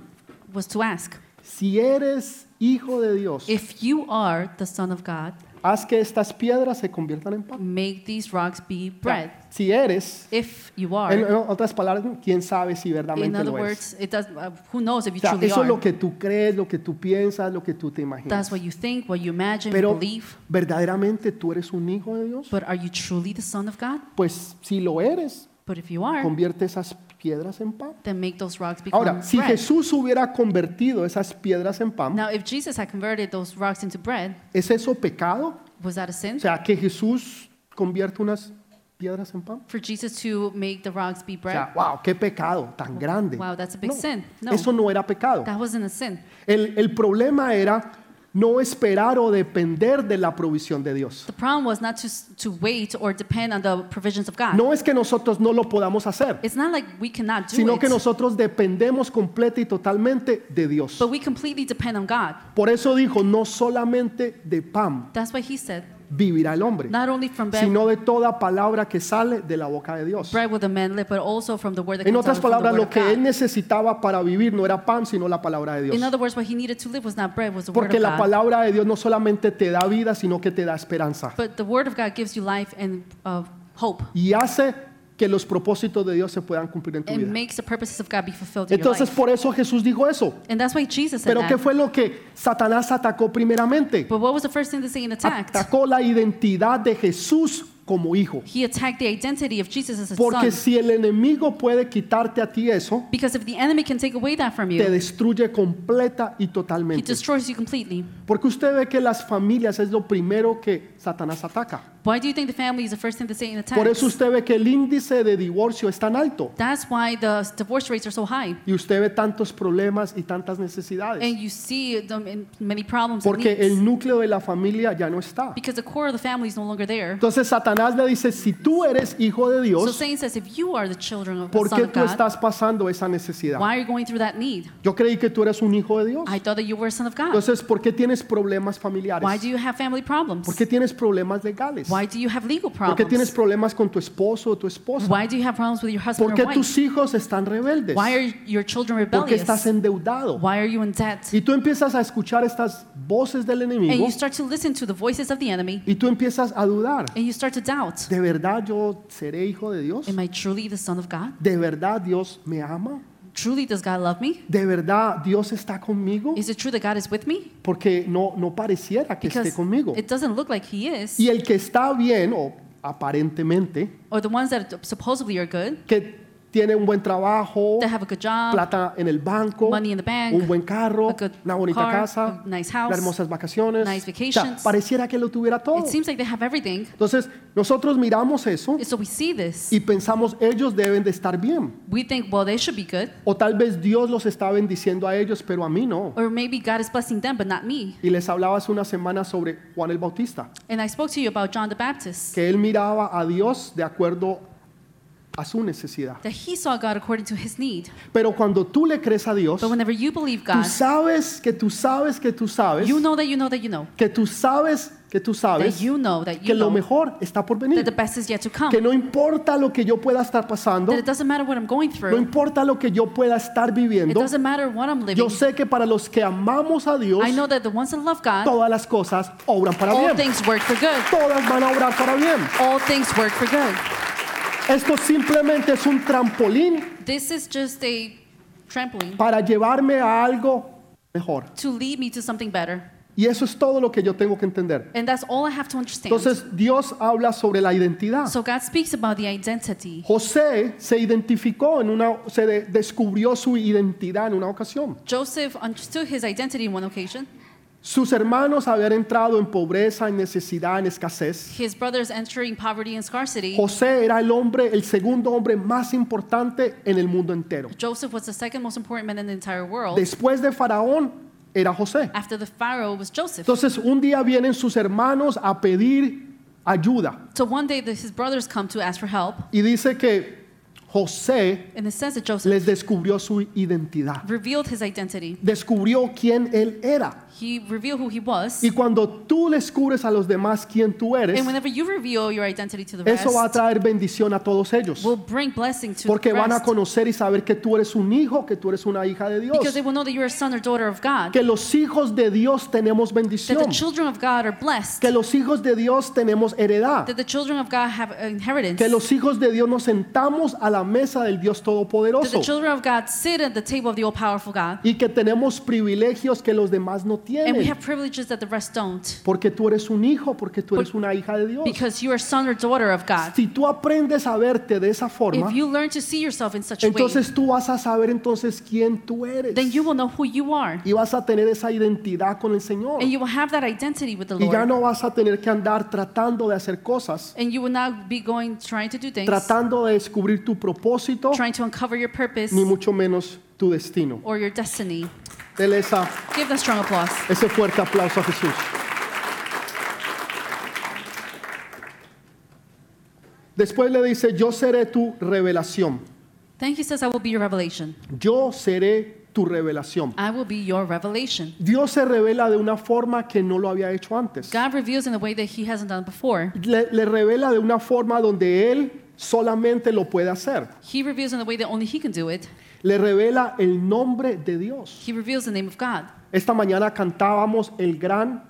Speaker 2: was to ask,
Speaker 1: si eres hijo de Dios,
Speaker 2: If you are the Son of God,
Speaker 1: haz que estas piedras se conviertan en pan.
Speaker 2: make these rocks be
Speaker 1: O sea,
Speaker 2: bread.
Speaker 1: Si eres,
Speaker 2: If you
Speaker 1: en
Speaker 2: are,
Speaker 1: en otras palabras, quién sabe si
Speaker 2: in
Speaker 1: verdaderamente
Speaker 2: other
Speaker 1: lo eres.
Speaker 2: words, it does, uh, who knows if
Speaker 1: O
Speaker 2: you
Speaker 1: sea,
Speaker 2: truly
Speaker 1: eso es lo
Speaker 2: are.
Speaker 1: que tú crees, lo que tú piensas, lo que tú te
Speaker 2: That's
Speaker 1: imaginas.
Speaker 2: what you think, what you imagine,
Speaker 1: Pero
Speaker 2: believe.
Speaker 1: verdaderamente tú eres un hijo de Dios.
Speaker 2: But are you truly the Son of God?
Speaker 1: Pues si lo eres,
Speaker 2: But if you are,
Speaker 1: convierte esas piedras en pan.
Speaker 2: then make those rocks become
Speaker 1: Ahora, si
Speaker 2: bread.
Speaker 1: Jesús hubiera convertido esas piedras en pan,
Speaker 2: Now, if Jesus had converted those rocks into bread,
Speaker 1: ¿es eso pecado?
Speaker 2: was that a
Speaker 1: O
Speaker 2: sin?
Speaker 1: sea, que Jesús convierte unas piedras en pan.
Speaker 2: For Jesus to make the rocks be
Speaker 1: O
Speaker 2: bread?
Speaker 1: sea, wow, qué pecado tan grande.
Speaker 2: Wow, that's a big sin. No.
Speaker 1: Eso no era pecado.
Speaker 2: That wasn't a sin.
Speaker 1: El, el problema era no esperar o depender de la provisión de Dios.
Speaker 2: The problem was not to, s- to wait or depend on the provisions of God.
Speaker 1: No es que nosotros no lo podamos hacer,
Speaker 2: It's not like we cannot do
Speaker 1: sino
Speaker 2: it,
Speaker 1: que nosotros dependemos completa y totalmente de Dios.
Speaker 2: but we completely depend on God.
Speaker 1: Por eso dijo, no solamente de pan
Speaker 2: That's why he said,
Speaker 1: vivirá el hombre,
Speaker 2: not only from bread,
Speaker 1: sino de toda palabra que sale de la boca de Dios.
Speaker 2: bread with a man live, but also from the word that
Speaker 1: En
Speaker 2: comes
Speaker 1: otras
Speaker 2: out from the
Speaker 1: palabras,
Speaker 2: word
Speaker 1: lo
Speaker 2: of
Speaker 1: que
Speaker 2: God.
Speaker 1: él necesitaba para vivir no era pan, sino la palabra de
Speaker 2: In
Speaker 1: Dios.
Speaker 2: other words, what he needed to live was not bread, was the word
Speaker 1: Porque
Speaker 2: of
Speaker 1: la
Speaker 2: God.
Speaker 1: palabra de Dios no solamente te da vida, sino que te da esperanza.
Speaker 2: But the word of God gives you life and uh, hope.
Speaker 1: Y hace que los propósitos de Dios se puedan cumplir en tu
Speaker 2: It
Speaker 1: vida.
Speaker 2: makes the purposes of God be fulfilled in your
Speaker 1: Entonces,
Speaker 2: life.
Speaker 1: por eso Jesús dijo eso.
Speaker 2: And that's why Jesus said
Speaker 1: Pero ¿qué
Speaker 2: that.
Speaker 1: fue lo que Satanás atacó primeramente?
Speaker 2: But what was the first thing that Satan attacked?
Speaker 1: Atacó la identidad de Jesús como hijo.
Speaker 2: He attacked the identity of Jesus as his
Speaker 1: Porque
Speaker 2: son.
Speaker 1: si el enemigo puede quitarte a ti eso,
Speaker 2: Because if the enemy can take away that from
Speaker 1: te
Speaker 2: you,
Speaker 1: destruye completa y
Speaker 2: he
Speaker 1: totalmente.
Speaker 2: destroys you completely.
Speaker 1: Porque usted ve que las familias es lo primero que Satanás ataca.
Speaker 2: Why do you think the family is the first thing that Satan attacks?
Speaker 1: Por eso usted ve que el índice de divorcio es tan alto
Speaker 2: That's why the divorce rates are so high.
Speaker 1: y usted ve tantos problemas y tantas necesidades.
Speaker 2: And you see them in many problems and
Speaker 1: Porque
Speaker 2: needs.
Speaker 1: el núcleo de la familia ya no está.
Speaker 2: because the core of the family is no longer there.
Speaker 1: Entonces Satanás le dice, si tú eres hijo de
Speaker 2: So
Speaker 1: Dios,
Speaker 2: Satan says, if you are the children of the
Speaker 1: ¿por
Speaker 2: Son
Speaker 1: qué
Speaker 2: of
Speaker 1: tú
Speaker 2: God,
Speaker 1: estás pasando esa necesidad?
Speaker 2: why are you going through that need?
Speaker 1: Yo creí que tú eres un hijo de Dios.
Speaker 2: I thought that you were a son of God.
Speaker 1: Entonces, ¿por qué tienes problemas
Speaker 2: Why
Speaker 1: familiares?
Speaker 2: do you have family problems?
Speaker 1: ¿Por qué tienes problemas legales?
Speaker 2: Why do you have legal
Speaker 1: ¿Por qué
Speaker 2: problems?
Speaker 1: tienes problemas con tu esposo o tu esposa?
Speaker 2: Why do you have problems with your husband
Speaker 1: ¿Por qué
Speaker 2: or wife?
Speaker 1: tus hijos están rebeldes?
Speaker 2: Why are your children
Speaker 1: ¿Por qué
Speaker 2: rebellious?
Speaker 1: estás endeudado?
Speaker 2: Why are you in debt?
Speaker 1: Y tú empiezas a escuchar estas voces del
Speaker 2: And
Speaker 1: enemigo
Speaker 2: you start to listen to the voices of the enemy
Speaker 1: y tú empiezas a dudar.
Speaker 2: and you start to doubt.
Speaker 1: ¿De verdad yo seré hijo de Dios?
Speaker 2: Am I truly the son of God?
Speaker 1: ¿De verdad Dios me ama?
Speaker 2: Truly does God love me?
Speaker 1: ¿De verdad Dios está conmigo?
Speaker 2: Is it true that God is with me?
Speaker 1: Porque no, no pareciera que esté
Speaker 2: Because
Speaker 1: conmigo.
Speaker 2: it doesn't look like he is.
Speaker 1: Y el que está bien, o aparentemente,
Speaker 2: Or the ones that supposedly are good,
Speaker 1: que tiene un buen trabajo,
Speaker 2: that have a good job,
Speaker 1: plata en el banco,
Speaker 2: money in the bank,
Speaker 1: un buen carro,
Speaker 2: a good
Speaker 1: una bonita
Speaker 2: car,
Speaker 1: casa,
Speaker 2: a nice house,
Speaker 1: las hermosas vacaciones.
Speaker 2: nice
Speaker 1: O sea,
Speaker 2: vacations.
Speaker 1: pareciera que lo tuviera todo.
Speaker 2: it seems like they have everything.
Speaker 1: Entonces, nosotros miramos eso
Speaker 2: So we see this.
Speaker 1: y pensamos, ellos deben de estar bien.
Speaker 2: We think, well, they should be good.
Speaker 1: O tal vez Dios los está bendiciendo a ellos, pero a mí no.
Speaker 2: Or maybe God is blessing them, but not me.
Speaker 1: Y les hablaba hace una semana sobre Juan el Bautista,
Speaker 2: And I spoke to you about John the Baptist,
Speaker 1: que él miraba a Dios de acuerdo a su necesidad.
Speaker 2: that he saw God according to his need.
Speaker 1: Pero cuando tú le crees a Dios,
Speaker 2: But whenever you believe
Speaker 1: tú
Speaker 2: God,
Speaker 1: sabes que tú sabes que tú sabes
Speaker 2: you know that you know that you know,
Speaker 1: que tú sabes que tú
Speaker 2: that
Speaker 1: sabes
Speaker 2: you know that
Speaker 1: que
Speaker 2: you
Speaker 1: lo
Speaker 2: know
Speaker 1: mejor está por
Speaker 2: that the
Speaker 1: venir,
Speaker 2: best is yet to come,
Speaker 1: que no importa lo que yo pueda estar pasando,
Speaker 2: that it doesn't matter what I'm going
Speaker 1: no
Speaker 2: through,
Speaker 1: importa lo que yo pueda estar
Speaker 2: it
Speaker 1: viviendo,
Speaker 2: doesn't matter what I'm living.
Speaker 1: yo sé que para los que amamos a Dios,
Speaker 2: I know that the ones that love God,
Speaker 1: todas las cosas obran para
Speaker 2: all
Speaker 1: bien.
Speaker 2: things work for good.
Speaker 1: Todas van a obrar para bien.
Speaker 2: All things work for good.
Speaker 1: Esto simplemente es un trampolín
Speaker 2: This is just a trampoline
Speaker 1: para llevarme a algo mejor.
Speaker 2: to lead me to something better.
Speaker 1: Y eso es todo lo que yo tengo que entender.
Speaker 2: And that's all I have to understand.
Speaker 1: Entonces Dios habla sobre la identidad.
Speaker 2: So God speaks about the identity.
Speaker 1: José se identificó en una, se de- descubrió su identidad en una ocasión.
Speaker 2: Joseph understood his identity in one occasion.
Speaker 1: Sus hermanos habían entrado en pobreza, en necesidad, en escasez.
Speaker 2: His brothers entering poverty and scarcity.
Speaker 1: José era el hombre, el segundo hombre más importante en el mundo entero.
Speaker 2: Joseph was the second most important man in the entire world.
Speaker 1: Después de Faraón era José.
Speaker 2: After the Pharaoh was Joseph.
Speaker 1: Entonces un día vienen sus hermanos a pedir ayuda
Speaker 2: So one day the, his brothers come to ask for help.
Speaker 1: y dice que José
Speaker 2: And it says that Joseph
Speaker 1: les descubrió su identidad,
Speaker 2: revealed his identity.
Speaker 1: descubrió quién él era.
Speaker 2: He revealed who he was.
Speaker 1: Y cuando tú descubres a los demás quién tú eres,
Speaker 2: And whenever you reveal your identity to the rest,
Speaker 1: Eso va a traer bendición a todos ellos.
Speaker 2: will bring blessing to
Speaker 1: Porque
Speaker 2: the
Speaker 1: van a
Speaker 2: rest.
Speaker 1: conocer y saber que tú eres un hijo, que tú eres una hija de Dios.
Speaker 2: Because they will know that you're a son or daughter of God.
Speaker 1: Que los hijos de Dios tenemos
Speaker 2: That the
Speaker 1: bendición.
Speaker 2: children of God are blessed.
Speaker 1: Que los hijos de Dios tenemos heredad.
Speaker 2: That the children of God have inheritance.
Speaker 1: Que los hijos de Dios nos sentamos a la mesa del Dios
Speaker 2: That the
Speaker 1: Todopoderoso.
Speaker 2: children of God sit at the table of the all-powerful God.
Speaker 1: Y que tenemos privilegios que los demás no
Speaker 2: And we
Speaker 1: tienen.
Speaker 2: have privileges that the rest don't.
Speaker 1: Porque tú eres un hijo, porque tú eres
Speaker 2: Por-
Speaker 1: una hija de Dios.
Speaker 2: Because you are son or daughter of God.
Speaker 1: Si tú aprendes a verte de esa forma,
Speaker 2: If you learn to see yourself in such a way,
Speaker 1: entonces tú vas a saber entonces quién tú eres.
Speaker 2: then you will know who you are.
Speaker 1: y vas a tener esa identidad con el Señor.
Speaker 2: And you will have that identity with the
Speaker 1: Y ya
Speaker 2: Lord.
Speaker 1: no vas a tener que andar tratando de hacer cosas,
Speaker 2: And you will not be going trying to do things,
Speaker 1: tratando de descubrir tu propósito,
Speaker 2: trying to uncover your purpose
Speaker 1: ni mucho menos tu destino.
Speaker 2: or your destiny.
Speaker 1: Dele esa,
Speaker 2: Give them strong applause.
Speaker 1: ese fuerte aplauso a Jesús. Después le dice, yo seré tu revelación.
Speaker 2: Thank you says, I will be your revelation.
Speaker 1: Yo seré tu revelación.
Speaker 2: I will be your revelation.
Speaker 1: Dios se revela de una forma que no lo había hecho antes.
Speaker 2: God reveals in a way that he hasn't done before.
Speaker 1: Le, le revela de una forma donde Él solamente lo puede hacer.
Speaker 2: He reveals in a way that only he can do it.
Speaker 1: Le revela el nombre de Dios.
Speaker 2: He reveals the name of God.
Speaker 1: Esta mañana cantábamos el gran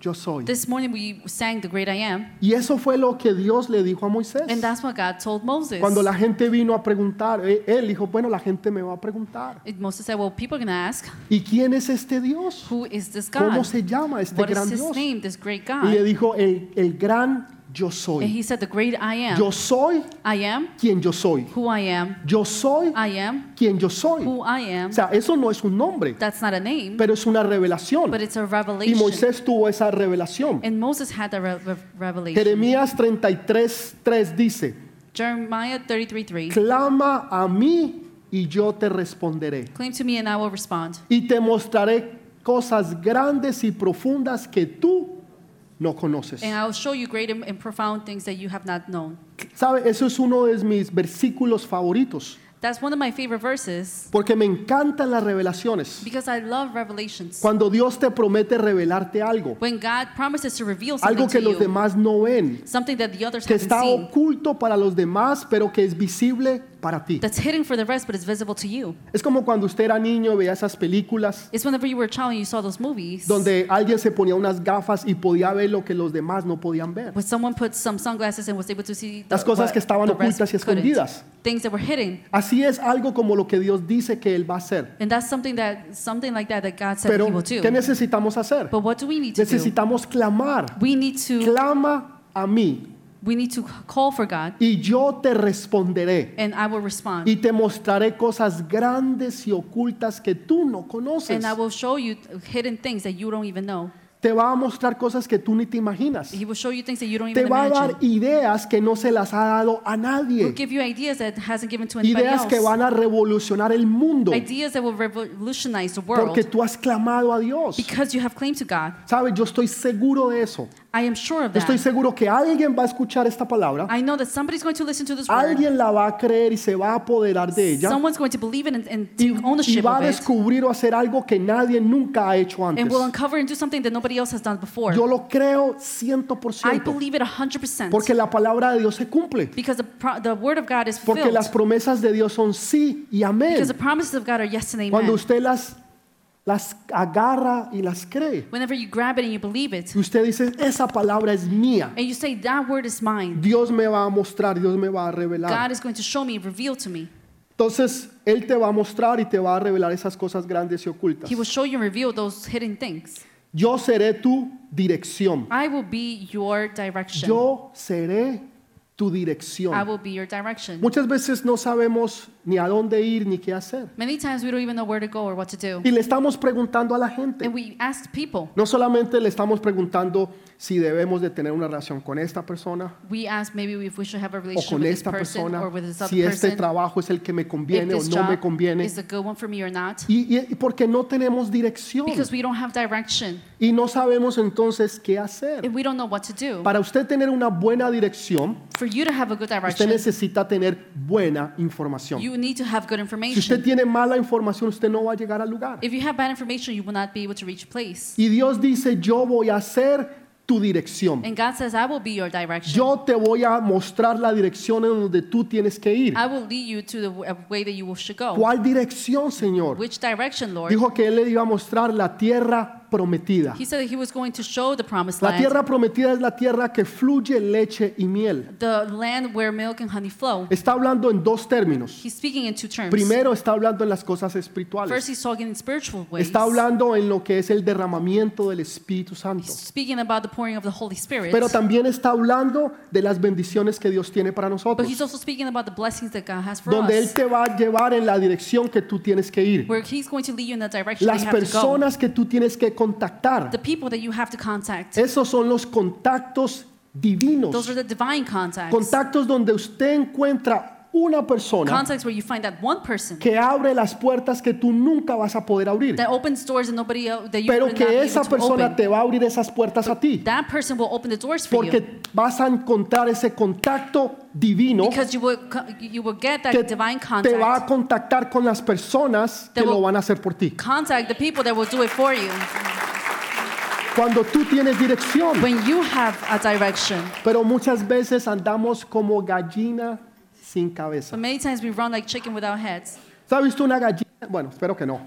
Speaker 1: yo soy.
Speaker 2: This morning we sang the great I am,
Speaker 1: Y eso fue lo que Dios le dijo a Moisés.
Speaker 2: and that's what God told Moses.
Speaker 1: Cuando la gente vino a preguntar, eh, él dijo, bueno, la gente me va a preguntar.
Speaker 2: It- Moses said, Well, people are going to ask,
Speaker 1: ¿Y quién es este Dios?
Speaker 2: Who is this God?
Speaker 1: ¿Cómo se llama este
Speaker 2: what is
Speaker 1: gran
Speaker 2: his
Speaker 1: Dios?
Speaker 2: name, this great
Speaker 1: Y le
Speaker 2: God?
Speaker 1: dijo, el, el gran yo
Speaker 2: And
Speaker 1: soy.
Speaker 2: he said, The great I am.
Speaker 1: Yo soy
Speaker 2: I am
Speaker 1: quien yo soy.
Speaker 2: who I am.
Speaker 1: Yo soy
Speaker 2: I am
Speaker 1: quien yo soy.
Speaker 2: who I
Speaker 1: O
Speaker 2: am.
Speaker 1: sea, eso no es un nombre,
Speaker 2: That's not a name,
Speaker 1: pero es una revelación.
Speaker 2: but it's a
Speaker 1: Y
Speaker 2: revelation.
Speaker 1: Moisés tuvo esa revelación.
Speaker 2: and Moses had that re- re- revelation.
Speaker 1: Jeremías 33, 3 dice,
Speaker 2: Jeremiah 33 3.
Speaker 1: clama a mí y yo te responderé.
Speaker 2: Claim to me and I will respond.
Speaker 1: y te mostraré cosas grandes y profundas que tú no conoces.
Speaker 2: And I will show you great and and profound things that you have not known.
Speaker 1: ¿Sabe? Eso es uno de mis versículos favoritos,
Speaker 2: That's one of my favorite verses
Speaker 1: porque me encantan las revelaciones.
Speaker 2: because I love revelations.
Speaker 1: Cuando Dios te promete revelarte algo,
Speaker 2: When God promises to reveal something
Speaker 1: algo que
Speaker 2: to
Speaker 1: los
Speaker 2: you,
Speaker 1: demás no ven,
Speaker 2: something that the others
Speaker 1: que
Speaker 2: haven't
Speaker 1: está
Speaker 2: seen,
Speaker 1: oculto para los demás, pero que es visible para ti.
Speaker 2: that's hidden for the rest but is visible to you.
Speaker 1: Es como cuando usted era niño, veía esas películas
Speaker 2: It's whenever you were a child and you saw those movies
Speaker 1: donde alguien se ponía unas gafas y podía ver lo que los demás no podían ver.
Speaker 2: when someone put some sunglasses and was able to see
Speaker 1: Las cosas
Speaker 2: what
Speaker 1: que estaban
Speaker 2: the rest
Speaker 1: ocultas y
Speaker 2: couldn't.
Speaker 1: escondidas.
Speaker 2: Things that were hidden.
Speaker 1: Así es algo como lo que Dios dice que Él va a hacer.
Speaker 2: And that's something that something like that that God said
Speaker 1: Pero
Speaker 2: he will do.
Speaker 1: ¿qué necesitamos hacer?
Speaker 2: But what do we need to do?
Speaker 1: Necesitamos clamar.
Speaker 2: We need to
Speaker 1: Clama a mí
Speaker 2: we need to call for God
Speaker 1: y yo te responderé
Speaker 2: and I will respond.
Speaker 1: y te mostraré cosas grandes y ocultas que tú no conoces.
Speaker 2: And I will show you hidden things that you don't even know.
Speaker 1: Te va a mostrar cosas que tú ni te imaginas.
Speaker 2: He will show you things that you don't
Speaker 1: Te
Speaker 2: even
Speaker 1: va a
Speaker 2: imagine.
Speaker 1: dar ideas que no se las ha dado a
Speaker 2: He'll
Speaker 1: nadie.
Speaker 2: give you ideas that hasn't given to anybody
Speaker 1: Ideas
Speaker 2: else.
Speaker 1: que van a revolucionar el mundo
Speaker 2: Ideas that will revolutionize the world
Speaker 1: porque tú has clamado a Dios.
Speaker 2: because you have claim to God.
Speaker 1: Sabes, yo estoy seguro de eso.
Speaker 2: I am sure of that.
Speaker 1: Estoy seguro que alguien va a escuchar esta palabra.
Speaker 2: I know that somebody's going to listen to this word.
Speaker 1: Alguien la va a creer y se va a apoderar de ella.
Speaker 2: Someone's going to believe it and, and
Speaker 1: y, y
Speaker 2: take ownership
Speaker 1: va a
Speaker 2: of it
Speaker 1: descubrir o hacer algo que nadie nunca ha hecho antes.
Speaker 2: and will uncover and do something that nobody else has done before.
Speaker 1: Yo lo creo
Speaker 2: I
Speaker 1: 100%
Speaker 2: believe it 100%
Speaker 1: porque la palabra de Dios se cumple,
Speaker 2: because the, pro- the word of God is
Speaker 1: porque
Speaker 2: fulfilled.
Speaker 1: las promesas de Dios son sí y amén.
Speaker 2: Because the promises of God are yes and
Speaker 1: Cuando
Speaker 2: amen.
Speaker 1: usted las, las agarra y las cree,
Speaker 2: Whenever you grab it and you believe it
Speaker 1: y usted dice, esa palabra es mía,
Speaker 2: and you say, That word is mine,
Speaker 1: Dios me va a mostrar, Dios me va a revelar.
Speaker 2: God is going to show me, reveal to me.
Speaker 1: Entonces, Él te va a mostrar y te va a revelar esas cosas grandes y ocultas.
Speaker 2: He will show you and reveal those hidden things.
Speaker 1: Yo seré tu dirección.
Speaker 2: I will be your direction.
Speaker 1: Yo seré tu dirección.
Speaker 2: I will be your direction.
Speaker 1: Muchas veces no sabemos ni a dónde ir ni qué hacer.
Speaker 2: Many times we don't even know where to go or what to do.
Speaker 1: Y le estamos preguntando a la gente.
Speaker 2: And we ask people.
Speaker 1: No solamente le estamos preguntando si debemos de tener una relación con esta persona
Speaker 2: We ask maybe if we should have a
Speaker 1: o
Speaker 2: relationship
Speaker 1: con
Speaker 2: with this
Speaker 1: esta
Speaker 2: person
Speaker 1: persona,
Speaker 2: or with this other
Speaker 1: si este
Speaker 2: person.
Speaker 1: trabajo es el que me
Speaker 2: if
Speaker 1: conviene o
Speaker 2: this
Speaker 1: no me
Speaker 2: job
Speaker 1: conviene.
Speaker 2: is a good one for me or not.
Speaker 1: Y, y- y porque no tenemos dirección
Speaker 2: Because we don't have direction
Speaker 1: y no sabemos entonces qué hacer.
Speaker 2: and we don't know what to do.
Speaker 1: Para usted tener una buena dirección,
Speaker 2: For you to have a good
Speaker 1: usted
Speaker 2: direction,
Speaker 1: necesita tener buena información.
Speaker 2: you need to have good
Speaker 1: Si usted
Speaker 2: information.
Speaker 1: tiene mala información, usted no va a llegar al lugar.
Speaker 2: If you have bad information, you will not be able to reach a place.
Speaker 1: Y Dios dice, yo voy a hacer tu dirección.
Speaker 2: And God says, I will be your direction.
Speaker 1: Yo te voy a mostrar la dirección en donde tú tienes que ir.
Speaker 2: I will lead you to the w- way that you will- should go.
Speaker 1: ¿Cuál dirección, Señor?
Speaker 2: Which direction, Lord?
Speaker 1: Dijo que Él le iba a mostrar la tierra prometida.
Speaker 2: He said that he was going to show the promised
Speaker 1: La
Speaker 2: land,
Speaker 1: tierra prometida es la tierra que fluye leche y miel.
Speaker 2: the land where milk and honey flow.
Speaker 1: Está hablando en dos términos.
Speaker 2: He's speaking in two terms.
Speaker 1: Primero está hablando en las cosas espirituales.
Speaker 2: First, he's talking in spiritual ways.
Speaker 1: Está hablando en lo que es el derramamiento del Espíritu Santo.
Speaker 2: He's speaking about the pouring of the Holy Spirit.
Speaker 1: Pero también está hablando de las bendiciones que Dios tiene para
Speaker 2: But
Speaker 1: nosotros.
Speaker 2: he's also speaking about the blessings that God has for
Speaker 1: donde Él
Speaker 2: us.
Speaker 1: te va a llevar en la dirección que tú tienes que ir.
Speaker 2: Where he's going to lead you in the direction that
Speaker 1: Las
Speaker 2: you have to go.
Speaker 1: personas que tú tienes que contactar,
Speaker 2: The people that you have to contact.
Speaker 1: esos son los contactos
Speaker 2: Those are
Speaker 1: divinos.
Speaker 2: the divine contacts.
Speaker 1: Contactos donde usted encuentra una persona
Speaker 2: Contacts where you find that one person
Speaker 1: que abre las puertas que tú nunca vas a poder abrir,
Speaker 2: that opens doors and nobody else, that you
Speaker 1: pero
Speaker 2: would not be
Speaker 1: que
Speaker 2: able
Speaker 1: esa
Speaker 2: to
Speaker 1: persona
Speaker 2: open.
Speaker 1: te va a abrir esas puertas a ti,
Speaker 2: That person will open the doors for you
Speaker 1: porque vas a encontrar ese contacto divino
Speaker 2: because you will co- you will get that
Speaker 1: que
Speaker 2: divine
Speaker 1: te va a
Speaker 2: contact.
Speaker 1: contactar con las personas que
Speaker 2: That
Speaker 1: lo
Speaker 2: will-
Speaker 1: van a hacer por ti.
Speaker 2: Contact the people that will do it for you
Speaker 1: Cuando tú tienes dirección,
Speaker 2: when you have a direction.
Speaker 1: pero muchas veces andamos como gallina sin cabeza.
Speaker 2: But many times we run like chicken without heads.
Speaker 1: ¿Has visto una gallina? Bueno, espero que no,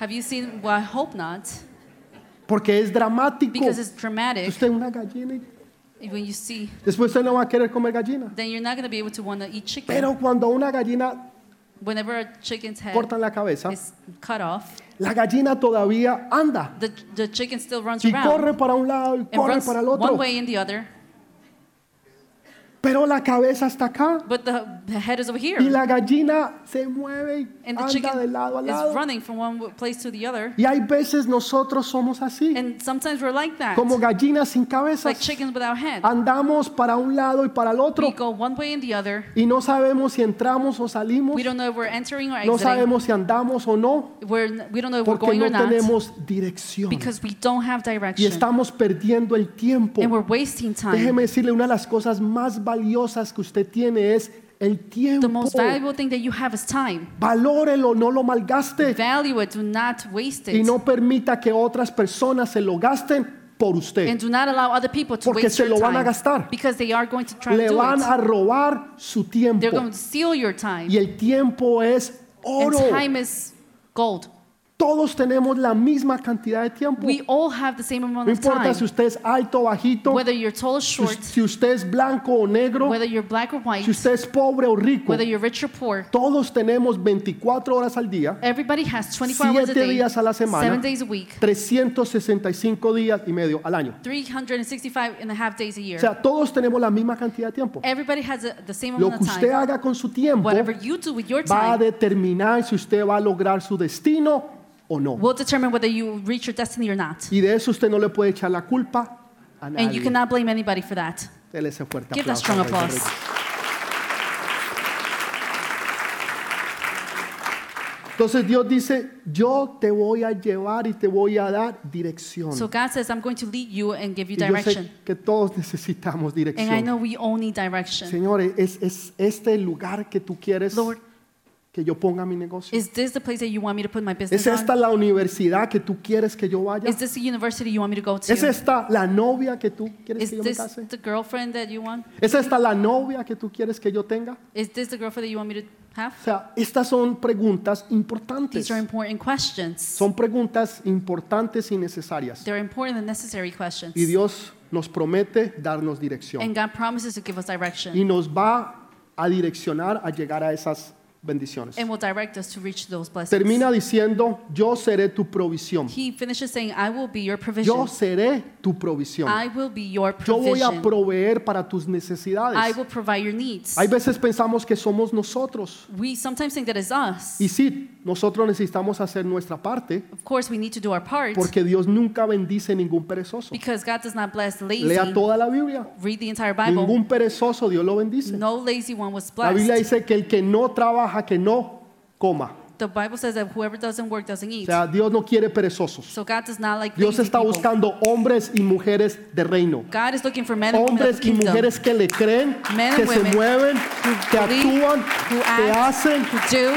Speaker 2: Have you seen? Well, I hope not,
Speaker 1: porque es dramático.
Speaker 2: because it's dramatic.
Speaker 1: Usted una gallina, y
Speaker 2: When you see,
Speaker 1: después usted no va a querer comer gallina.
Speaker 2: then you're not gonna be able to wanna eat chicken.
Speaker 1: Pero cuando a una gallina
Speaker 2: Whenever a chicken's head
Speaker 1: cortan la cabeza,
Speaker 2: is cut off,
Speaker 1: la gallina todavía anda
Speaker 2: the the chicken still runs
Speaker 1: y
Speaker 2: around
Speaker 1: corre para un lado y
Speaker 2: and
Speaker 1: corre
Speaker 2: runs
Speaker 1: para el
Speaker 2: one
Speaker 1: otro.
Speaker 2: way and the other.
Speaker 1: Pero la cabeza está acá
Speaker 2: But the, the head is over here,
Speaker 1: y la gallina se mueve y
Speaker 2: and the
Speaker 1: anda
Speaker 2: chicken
Speaker 1: de lado a
Speaker 2: is
Speaker 1: lado.
Speaker 2: running from one w- place to the other.
Speaker 1: Y hay veces nosotros somos así,
Speaker 2: And sometimes we're like that,
Speaker 1: como gallinas sin
Speaker 2: like
Speaker 1: cabezas.
Speaker 2: chickens without head.
Speaker 1: Andamos para un lado y para el
Speaker 2: We
Speaker 1: otro
Speaker 2: go one way and the other.
Speaker 1: y no sabemos si entramos o salimos,
Speaker 2: We don't know if we're entering or
Speaker 1: no
Speaker 2: exiting.
Speaker 1: sabemos si andamos o no,
Speaker 2: We're, we don't know if we're
Speaker 1: porque
Speaker 2: going or
Speaker 1: no
Speaker 2: not
Speaker 1: tenemos dirección
Speaker 2: because we don't have
Speaker 1: y
Speaker 2: direction.
Speaker 1: estamos perdiendo el tiempo.
Speaker 2: And we're wasting time.
Speaker 1: Déjeme decirle, una de las cosas más valiosas que usted tiene es el
Speaker 2: The
Speaker 1: tiempo.
Speaker 2: most valuable thing that you have is time.
Speaker 1: Valórelo, no lo malgaste
Speaker 2: Value it, do not waste
Speaker 1: y
Speaker 2: it.
Speaker 1: no permita que otras personas se lo gasten por
Speaker 2: And
Speaker 1: usted.
Speaker 2: do not allow other people to
Speaker 1: Porque
Speaker 2: waste
Speaker 1: se
Speaker 2: your
Speaker 1: lo van
Speaker 2: time.
Speaker 1: a gastar.
Speaker 2: Because they are going to try
Speaker 1: Le
Speaker 2: to do
Speaker 1: van
Speaker 2: it.
Speaker 1: a robar su tiempo
Speaker 2: They're going to steal your time.
Speaker 1: y el tiempo es
Speaker 2: and
Speaker 1: oro.
Speaker 2: time is gold.
Speaker 1: Todos tenemos la misma cantidad de tiempo.
Speaker 2: We all have the same amount
Speaker 1: No
Speaker 2: of time.
Speaker 1: importa si usted es alto o bajito,
Speaker 2: whether you're tall or
Speaker 1: si,
Speaker 2: short,
Speaker 1: si usted es blanco o negro,
Speaker 2: whether you're black or white,
Speaker 1: si usted es pobre o rico.
Speaker 2: whether you're rich or poor,
Speaker 1: Todos tenemos 24 horas al día.
Speaker 2: everybody has 24 hours a
Speaker 1: Siete
Speaker 2: day,
Speaker 1: días a la semana.
Speaker 2: 7 days a week,
Speaker 1: 365 días y medio al año.
Speaker 2: 365 and a half days a year.
Speaker 1: O sea, todos tenemos la misma cantidad de tiempo.
Speaker 2: everybody has a, the same
Speaker 1: Lo
Speaker 2: amount
Speaker 1: que
Speaker 2: of
Speaker 1: usted
Speaker 2: time.
Speaker 1: haga con su tiempo
Speaker 2: Whatever you do with your
Speaker 1: va a
Speaker 2: time
Speaker 1: determinar si usted va a lograr su destino o no.
Speaker 2: will determine whether you reach your destiny or not.
Speaker 1: Y de eso usted no le puede echar la culpa a
Speaker 2: And you
Speaker 1: nadie.
Speaker 2: cannot blame anybody for that.
Speaker 1: Dele ese fuerte
Speaker 2: Give that
Speaker 1: aplauso.
Speaker 2: strong
Speaker 1: al Rey de
Speaker 2: applause.
Speaker 1: Reyes. Entonces Dios dice, yo te voy a llevar y te voy a dar dirección.
Speaker 2: So God says, I'm going to lead you and give you
Speaker 1: Y yo
Speaker 2: direction.
Speaker 1: sé que todos necesitamos
Speaker 2: And I
Speaker 1: dirección.
Speaker 2: know we all need direction.
Speaker 1: Señores, es, es este el lugar que tú quieres
Speaker 2: Lord,
Speaker 1: que yo ponga mi negocio.
Speaker 2: is this the place that you want me to put my
Speaker 1: ¿Es
Speaker 2: business
Speaker 1: esta
Speaker 2: on?
Speaker 1: la universidad que tú quieres que yo vaya?
Speaker 2: Is this the university you want me to go to?
Speaker 1: ¿Es esta la novia que tú quieres
Speaker 2: Is
Speaker 1: que yo me
Speaker 2: this
Speaker 1: case?
Speaker 2: the girlfriend that you want?
Speaker 1: ¿Es esta la novia que tú quieres que yo tenga?
Speaker 2: Is this the girlfriend that you want me to have?
Speaker 1: O sea, estas son preguntas importantes.
Speaker 2: These are important questions.
Speaker 1: Son preguntas importantes y necesarias.
Speaker 2: They're important and necessary questions.
Speaker 1: Y Dios nos promete darnos dirección.
Speaker 2: And God promises to give us direction
Speaker 1: Y nos va a direccionar a llegar a esas bendiciones.
Speaker 2: and will direct us to reach those blessings.
Speaker 1: Termina diciendo, yo seré tu provisión.
Speaker 2: He finishes saying, I will be your
Speaker 1: Yo
Speaker 2: provision.
Speaker 1: seré tu provisión.
Speaker 2: I will be your
Speaker 1: Yo voy a
Speaker 2: provision.
Speaker 1: proveer para tus
Speaker 2: I
Speaker 1: necesidades.
Speaker 2: will provide your needs.
Speaker 1: Hay veces pensamos que somos nosotros.
Speaker 2: We sometimes think that it's us.
Speaker 1: Y sí, nosotros necesitamos hacer nuestra parte
Speaker 2: Of course, we need to do our part
Speaker 1: porque Dios nunca bendice ningún perezoso.
Speaker 2: because God does not bless the lazy.
Speaker 1: Lea toda la Biblia.
Speaker 2: Read the entire Bible.
Speaker 1: Ningún perezoso Dios lo bendice.
Speaker 2: No lazy one was
Speaker 1: La Biblia
Speaker 2: blessed.
Speaker 1: dice que el que no trabaja, que no coma.
Speaker 2: The Bible says that whoever doesn't work doesn't
Speaker 1: O
Speaker 2: eat.
Speaker 1: sea, Dios no quiere perezosos.
Speaker 2: So God does not like
Speaker 1: Dios
Speaker 2: lazy
Speaker 1: está
Speaker 2: people.
Speaker 1: buscando hombres y mujeres de reino.
Speaker 2: God is looking for men and women of
Speaker 1: Hombres
Speaker 2: the
Speaker 1: y
Speaker 2: kingdom
Speaker 1: mujeres que le creen,
Speaker 2: Men and
Speaker 1: que se
Speaker 2: women
Speaker 1: mueven, que
Speaker 2: believe,
Speaker 1: actúan,
Speaker 2: who
Speaker 1: que
Speaker 2: act,
Speaker 1: hacen,
Speaker 2: who do,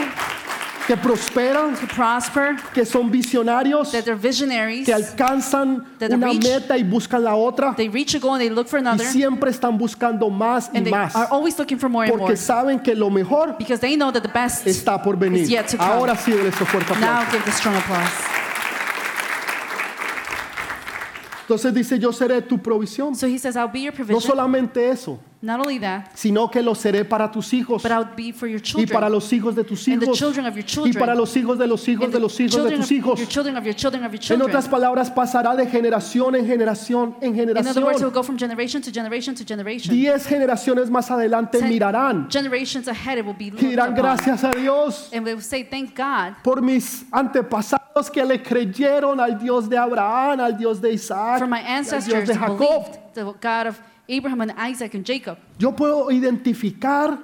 Speaker 1: que prosperan,
Speaker 2: who prosper,
Speaker 1: que son visionarios,
Speaker 2: that they're visionaries.
Speaker 1: que alcanzan
Speaker 2: that
Speaker 1: una
Speaker 2: reach,
Speaker 1: meta y buscan la otra
Speaker 2: They reach a goal and they look for
Speaker 1: y
Speaker 2: another.
Speaker 1: siempre están buscando más y
Speaker 2: And they
Speaker 1: más
Speaker 2: are always looking for more and more
Speaker 1: porque saben que lo mejor
Speaker 2: because they know that the best
Speaker 1: está por venir.
Speaker 2: is yet to come.
Speaker 1: Ahora sí, denle ese fuerte aplauso.
Speaker 2: Now give the strong applause.
Speaker 1: Entonces dice, yo seré tu provisión.
Speaker 2: So he says, I'll be your
Speaker 1: No
Speaker 2: provision.
Speaker 1: solamente eso,
Speaker 2: Not only that,
Speaker 1: sino que lo seré para tus hijos
Speaker 2: but I'll be for your
Speaker 1: y para
Speaker 2: children.
Speaker 1: los hijos de tus
Speaker 2: And the
Speaker 1: hijos
Speaker 2: children of
Speaker 1: y
Speaker 2: your children.
Speaker 1: para los hijos de los hijos
Speaker 2: And
Speaker 1: de
Speaker 2: the
Speaker 1: los hijos de
Speaker 2: children
Speaker 1: tus
Speaker 2: of
Speaker 1: hijos.
Speaker 2: Your children of your children of your
Speaker 1: En
Speaker 2: children.
Speaker 1: otras palabras, pasará de generación en generación en
Speaker 2: In other words, it will
Speaker 1: generación.
Speaker 2: go from generation to generation to generation.
Speaker 1: Diez generaciones más adelante
Speaker 2: Ten-
Speaker 1: mirarán
Speaker 2: Generations ahead, it will be
Speaker 1: y
Speaker 2: looked
Speaker 1: dirán
Speaker 2: upon.
Speaker 1: gracias a Dios
Speaker 2: And they will say, thank God
Speaker 1: por mis antepasados que le creyeron al Dios de Abraham, al Dios de Isaac,
Speaker 2: for my
Speaker 1: al Dios
Speaker 2: ancestors
Speaker 1: de
Speaker 2: who
Speaker 1: Jacob.
Speaker 2: believed the God of Abraham and Isaac and Jacob.
Speaker 1: Yo puedo identificar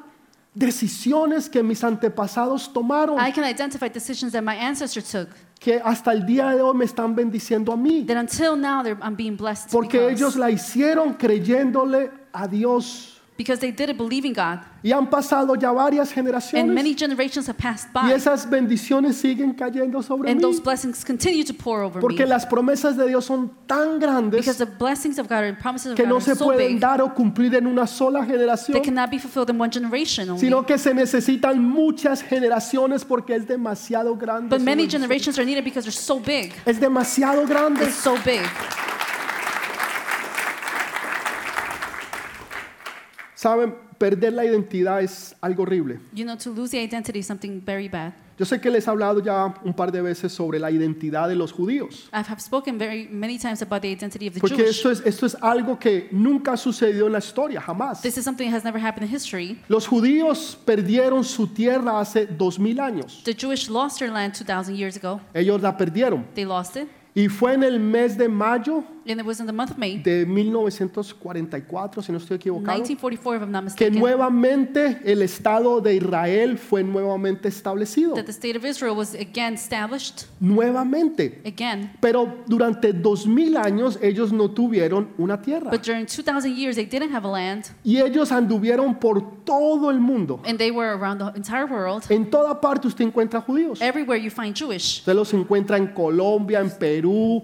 Speaker 1: decisiones que mis antepasados tomaron,
Speaker 2: I can identify decisions that my ancestors took
Speaker 1: que hasta el día de hoy me están bendiciendo a mí,
Speaker 2: that until now they're, I'm being blessed to
Speaker 1: porque
Speaker 2: because,
Speaker 1: ellos la hicieron creyéndole a Dios.
Speaker 2: because they did it believing God.
Speaker 1: Y han pasado ya varias
Speaker 2: And many
Speaker 1: generaciones
Speaker 2: generations have passed
Speaker 1: y
Speaker 2: by,
Speaker 1: esas bendiciones siguen cayendo sobre
Speaker 2: and
Speaker 1: mí,
Speaker 2: those blessings continue to pour over
Speaker 1: porque
Speaker 2: me.
Speaker 1: las promesas de Dios son tan
Speaker 2: Because
Speaker 1: grandes
Speaker 2: the blessings of God and promises of
Speaker 1: que
Speaker 2: God
Speaker 1: no
Speaker 2: are
Speaker 1: se
Speaker 2: so
Speaker 1: pueden
Speaker 2: big,
Speaker 1: dar o cumplir en una sola
Speaker 2: they
Speaker 1: generación.
Speaker 2: cannot be fulfilled in one generation only.
Speaker 1: sino que se necesitan muchas generaciones porque es demasiado grande.
Speaker 2: But
Speaker 1: su
Speaker 2: Pues many
Speaker 1: bendición.
Speaker 2: generations are needed because they're so big.
Speaker 1: es demasiado grande.
Speaker 2: It's so big.
Speaker 1: Saben, perder la identidad es algo horrible.
Speaker 2: You know, to lose the identity is something very bad.
Speaker 1: Yo sé que les he hablado ya un par de veces sobre la identidad de los judíos,
Speaker 2: I have spoken very many times about the identity of the
Speaker 1: porque
Speaker 2: Jewish.
Speaker 1: esto es, esto es algo que nunca sucedió en la historia, jamás.
Speaker 2: This is something that has never happened in history.
Speaker 1: Los judíos perdieron su tierra hace dos mil años.
Speaker 2: The Jewish lost their land 2,000 years ago.
Speaker 1: Ellos la perdieron.
Speaker 2: They lost it.
Speaker 1: Y fue en el mes de mayo
Speaker 2: And it was in the month of May,
Speaker 1: de 1944, si no estoy equivocado,
Speaker 2: 1944, if I'm not
Speaker 1: que
Speaker 2: mistaken,
Speaker 1: nuevamente el Estado de Israel fue nuevamente establecido.
Speaker 2: that the state of Israel was again established.
Speaker 1: Nuevamente.
Speaker 2: Again.
Speaker 1: Pero durante dos mil años ellos no tuvieron una tierra.
Speaker 2: But during 2,000 years, they didn't have a land.
Speaker 1: Y ellos anduvieron por todo el mundo.
Speaker 2: And they were around the entire world.
Speaker 1: En toda parte usted encuentra judíos.
Speaker 2: Everywhere you find Jewish.
Speaker 1: Usted los encuentra en Colombia, en Perú,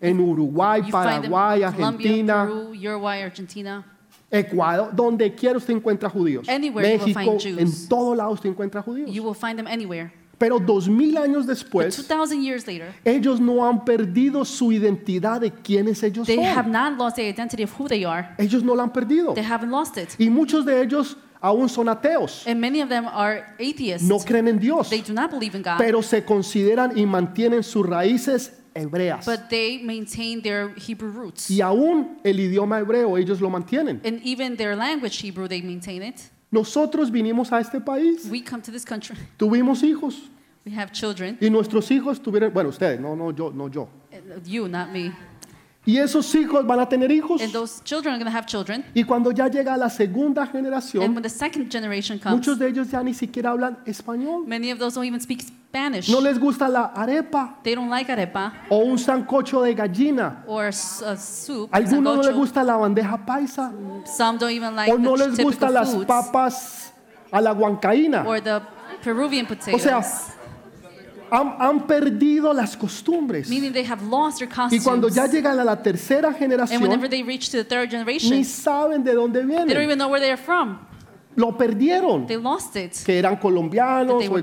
Speaker 1: en Uruguay,
Speaker 2: You find them
Speaker 1: Paraguay,
Speaker 2: in Colombia,
Speaker 1: Argentina,
Speaker 2: Peru, Uruguay, Argentina.
Speaker 1: Ecuador. Donde quiera usted encuentra judíos.
Speaker 2: Anywhere you will
Speaker 1: México,
Speaker 2: find Jews.
Speaker 1: en todo lado usted encuentra
Speaker 2: You
Speaker 1: judíos.
Speaker 2: will find them anywhere.
Speaker 1: Pero dos mil años
Speaker 2: But
Speaker 1: después,
Speaker 2: 2,000 years later,
Speaker 1: Ellos no han perdido su identidad de quiénes ellos
Speaker 2: they
Speaker 1: son.
Speaker 2: have not lost their identity of who they are.
Speaker 1: Ellos no la han perdido.
Speaker 2: They haven't lost it.
Speaker 1: Y muchos de ellos aún son ateos.
Speaker 2: And many of them are atheists.
Speaker 1: No creen en Dios,
Speaker 2: They do not believe in God.
Speaker 1: pero se consideran y mantienen sus raíces hebreas.
Speaker 2: But they maintain their Hebrew roots.
Speaker 1: Y aún el idioma hebreo ellos lo mantienen.
Speaker 2: And even their language, Hebrew, they maintain it.
Speaker 1: Nosotros vinimos a este país,
Speaker 2: We come to this country, (laughs)
Speaker 1: tuvimos hijos
Speaker 2: we have children.
Speaker 1: y nuestros hijos tuvieron, bueno, ustedes, no, no, yo, no yo.
Speaker 2: You, not me.
Speaker 1: Y esos hijos van a tener hijos
Speaker 2: And those children are going to have children.
Speaker 1: y cuando ya llega la segunda
Speaker 2: And
Speaker 1: generación,
Speaker 2: when the second generation comes,
Speaker 1: muchos de ellos ya ni siquiera hablan español.
Speaker 2: many of those don't even speak Spanish.
Speaker 1: No les gusta la arepa
Speaker 2: They don't like arepa
Speaker 1: o un sancocho de gallina.
Speaker 2: or s- uh, soup.
Speaker 1: Algunos no les
Speaker 2: sancocho.
Speaker 1: gusta la bandeja paisa
Speaker 2: Some don't even like
Speaker 1: o no
Speaker 2: the
Speaker 1: les
Speaker 2: typical
Speaker 1: gusta las
Speaker 2: foods
Speaker 1: papas a la huancaína.
Speaker 2: or the Peruvian
Speaker 1: O
Speaker 2: potatoes.
Speaker 1: sea, han, han perdido las costumbres.
Speaker 2: meaning they have lost their
Speaker 1: Y
Speaker 2: costumes.
Speaker 1: cuando ya llegan a la tercera
Speaker 2: and whenever
Speaker 1: generación,
Speaker 2: they reach to the third
Speaker 1: ni
Speaker 2: generation,
Speaker 1: saben de dónde
Speaker 2: they don't
Speaker 1: vienen.
Speaker 2: even know where they are from.
Speaker 1: Lo perdieron.
Speaker 2: They lost it.
Speaker 1: Que eran colombianos
Speaker 2: That they
Speaker 1: o
Speaker 2: were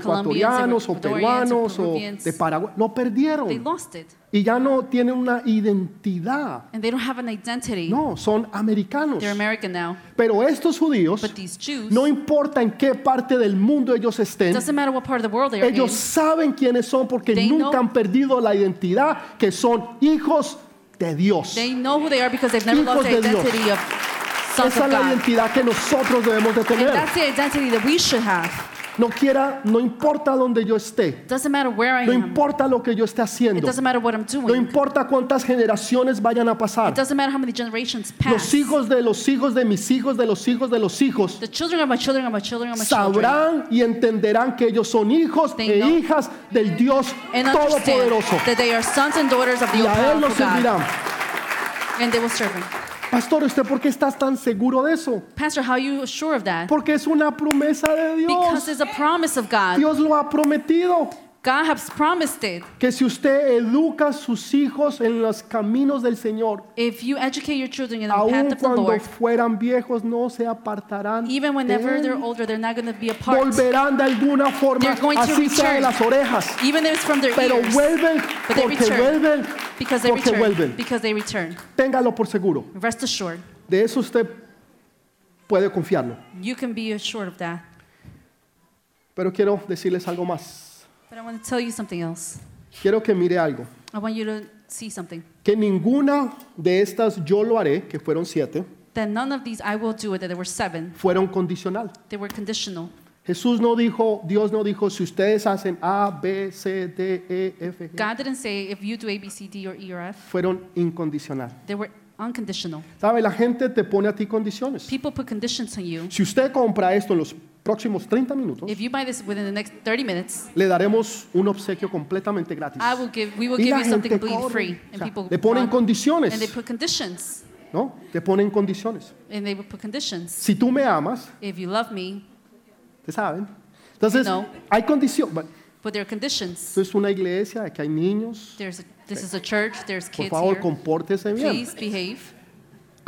Speaker 1: ecuatorianos
Speaker 2: Colombians, they
Speaker 1: o
Speaker 2: were Ecuadorians, or
Speaker 1: peruanos o
Speaker 2: Peruvians.
Speaker 1: de Paraguay. Lo
Speaker 2: They
Speaker 1: perdieron.
Speaker 2: lost it.
Speaker 1: Y ya no tienen una identidad.
Speaker 2: And they don't have an identity.
Speaker 1: No, son americanos.
Speaker 2: They're American now.
Speaker 1: Pero estos judíos
Speaker 2: But these Jews,
Speaker 1: No importa en qué parte del mundo ellos
Speaker 2: it
Speaker 1: estén,
Speaker 2: doesn't matter what part of the world they are
Speaker 1: ellos
Speaker 2: in,
Speaker 1: saben quiénes son porque
Speaker 2: They
Speaker 1: nunca
Speaker 2: know-
Speaker 1: han perdido la identidad que son hijos de Dios.
Speaker 2: they know who they are because they've never
Speaker 1: Hijos
Speaker 2: lost the
Speaker 1: de Dios.
Speaker 2: identity of sons
Speaker 1: Esa
Speaker 2: of
Speaker 1: es la
Speaker 2: God.
Speaker 1: identidad que nosotros debemos de
Speaker 2: And
Speaker 1: tener.
Speaker 2: that's the identity that we should have.
Speaker 1: No quiera, no importa dónde yo esté,
Speaker 2: It doesn't matter where I
Speaker 1: no
Speaker 2: am.
Speaker 1: importa lo que yo esté
Speaker 2: It
Speaker 1: haciendo,
Speaker 2: doesn't matter what I'm
Speaker 1: no
Speaker 2: doing.
Speaker 1: importa cuántas generaciones vayan a pasar.
Speaker 2: It doesn't matter how many generations
Speaker 1: Los
Speaker 2: pass.
Speaker 1: hijos de los hijos de mis hijos de los hijos de los hijos
Speaker 2: The children of my children of my children of my children.
Speaker 1: sabrán y entenderán que ellos son hijos
Speaker 2: They
Speaker 1: e
Speaker 2: know.
Speaker 1: hijas del Dios
Speaker 2: And understand
Speaker 1: todopoderoso.
Speaker 2: that they are sons and daughters of the
Speaker 1: y a Él
Speaker 2: all
Speaker 1: nos
Speaker 2: God.
Speaker 1: servirán.
Speaker 2: And they will serve him.
Speaker 1: Pastor, ¿usted por qué estás tan seguro de eso?
Speaker 2: Pastor, how are you sure of that?
Speaker 1: Porque es una promesa de
Speaker 2: Because
Speaker 1: Dios.
Speaker 2: it's a promise of God.
Speaker 1: Dios lo ha prometido.
Speaker 2: God has promised it.
Speaker 1: Que si usted educa a sus hijos en los caminos del Señor,
Speaker 2: If you educate your children in the path
Speaker 1: aun
Speaker 2: of the
Speaker 1: cuando
Speaker 2: Lord,
Speaker 1: fueran viejos, no se apartarán.
Speaker 2: even
Speaker 1: de
Speaker 2: whenever they're
Speaker 1: él.
Speaker 2: older, they're not going to be apart.
Speaker 1: Volverán de alguna forma,
Speaker 2: They're going to
Speaker 1: así sea de
Speaker 2: return.
Speaker 1: las orejas.
Speaker 2: Even if it's from their
Speaker 1: Pero
Speaker 2: ears.
Speaker 1: vuelven
Speaker 2: But they
Speaker 1: porque
Speaker 2: return.
Speaker 1: vuelven
Speaker 2: because they
Speaker 1: porque
Speaker 2: return.
Speaker 1: vuelven.
Speaker 2: Because they return.
Speaker 1: Téngalo por seguro.
Speaker 2: Rest assured.
Speaker 1: De eso usted puede confiarlo.
Speaker 2: You can be assured of that.
Speaker 1: Pero quiero decirles algo más.
Speaker 2: But I want to tell you something else.
Speaker 1: Quiero que mire algo.
Speaker 2: I want you to see something.
Speaker 1: que ninguna de estas yo lo haré, que fueron siete,
Speaker 2: That none of these I will do it, that there were seven.
Speaker 1: fueron condicional.
Speaker 2: They were conditional.
Speaker 1: Jesús no dijo, Dios no dijo, si ustedes hacen A, B, C, D, E, F, G,
Speaker 2: God didn't say if you do A, B, C, D, or E, or F.
Speaker 1: fueron incondicional.
Speaker 2: They were unconditional.
Speaker 1: ¿Sabe? La gente te pone a ti condiciones.
Speaker 2: People put conditions on you.
Speaker 1: Si usted compra esto en los próximos 30 minutos
Speaker 2: If you buy this within the next 30 minutes,
Speaker 1: le daremos un obsequio completamente gratis.
Speaker 2: I will give, we will
Speaker 1: Y
Speaker 2: give
Speaker 1: la
Speaker 2: you something
Speaker 1: gente
Speaker 2: completely
Speaker 1: corre,
Speaker 2: free.
Speaker 1: o
Speaker 2: And
Speaker 1: sea,
Speaker 2: people
Speaker 1: le ponen
Speaker 2: run, and they
Speaker 1: condiciones,
Speaker 2: put conditions.
Speaker 1: ¿no? Le ponen condiciones.
Speaker 2: And they will put conditions.
Speaker 1: Si tú me amas,
Speaker 2: If you love me,
Speaker 1: te saben. Entonces,
Speaker 2: No.
Speaker 1: hay condiciones.
Speaker 2: but there are conditions.
Speaker 1: Esto es una iglesia, aquí hay niños.
Speaker 2: There's a, this is a church, there's
Speaker 1: Por
Speaker 2: kids
Speaker 1: favor,
Speaker 2: here.
Speaker 1: compórtese bien.
Speaker 2: Please behave.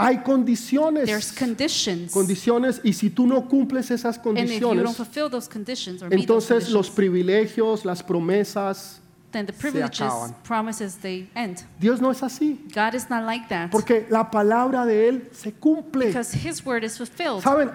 Speaker 1: Hay
Speaker 2: There's
Speaker 1: condiciones.
Speaker 2: conditions.
Speaker 1: Condiciones, y si tú no cumples esas
Speaker 2: And if you don't
Speaker 1: condiciones,
Speaker 2: fulfill those conditions or meet those
Speaker 1: entonces los
Speaker 2: conditions,
Speaker 1: privilegios, las promesas,
Speaker 2: then the privileges,
Speaker 1: acaban.
Speaker 2: promises, they end.
Speaker 1: Dios no es así.
Speaker 2: God is not like that.
Speaker 1: Porque la palabra de Él se cumple.
Speaker 2: Because his word is fulfilled.
Speaker 1: Saben,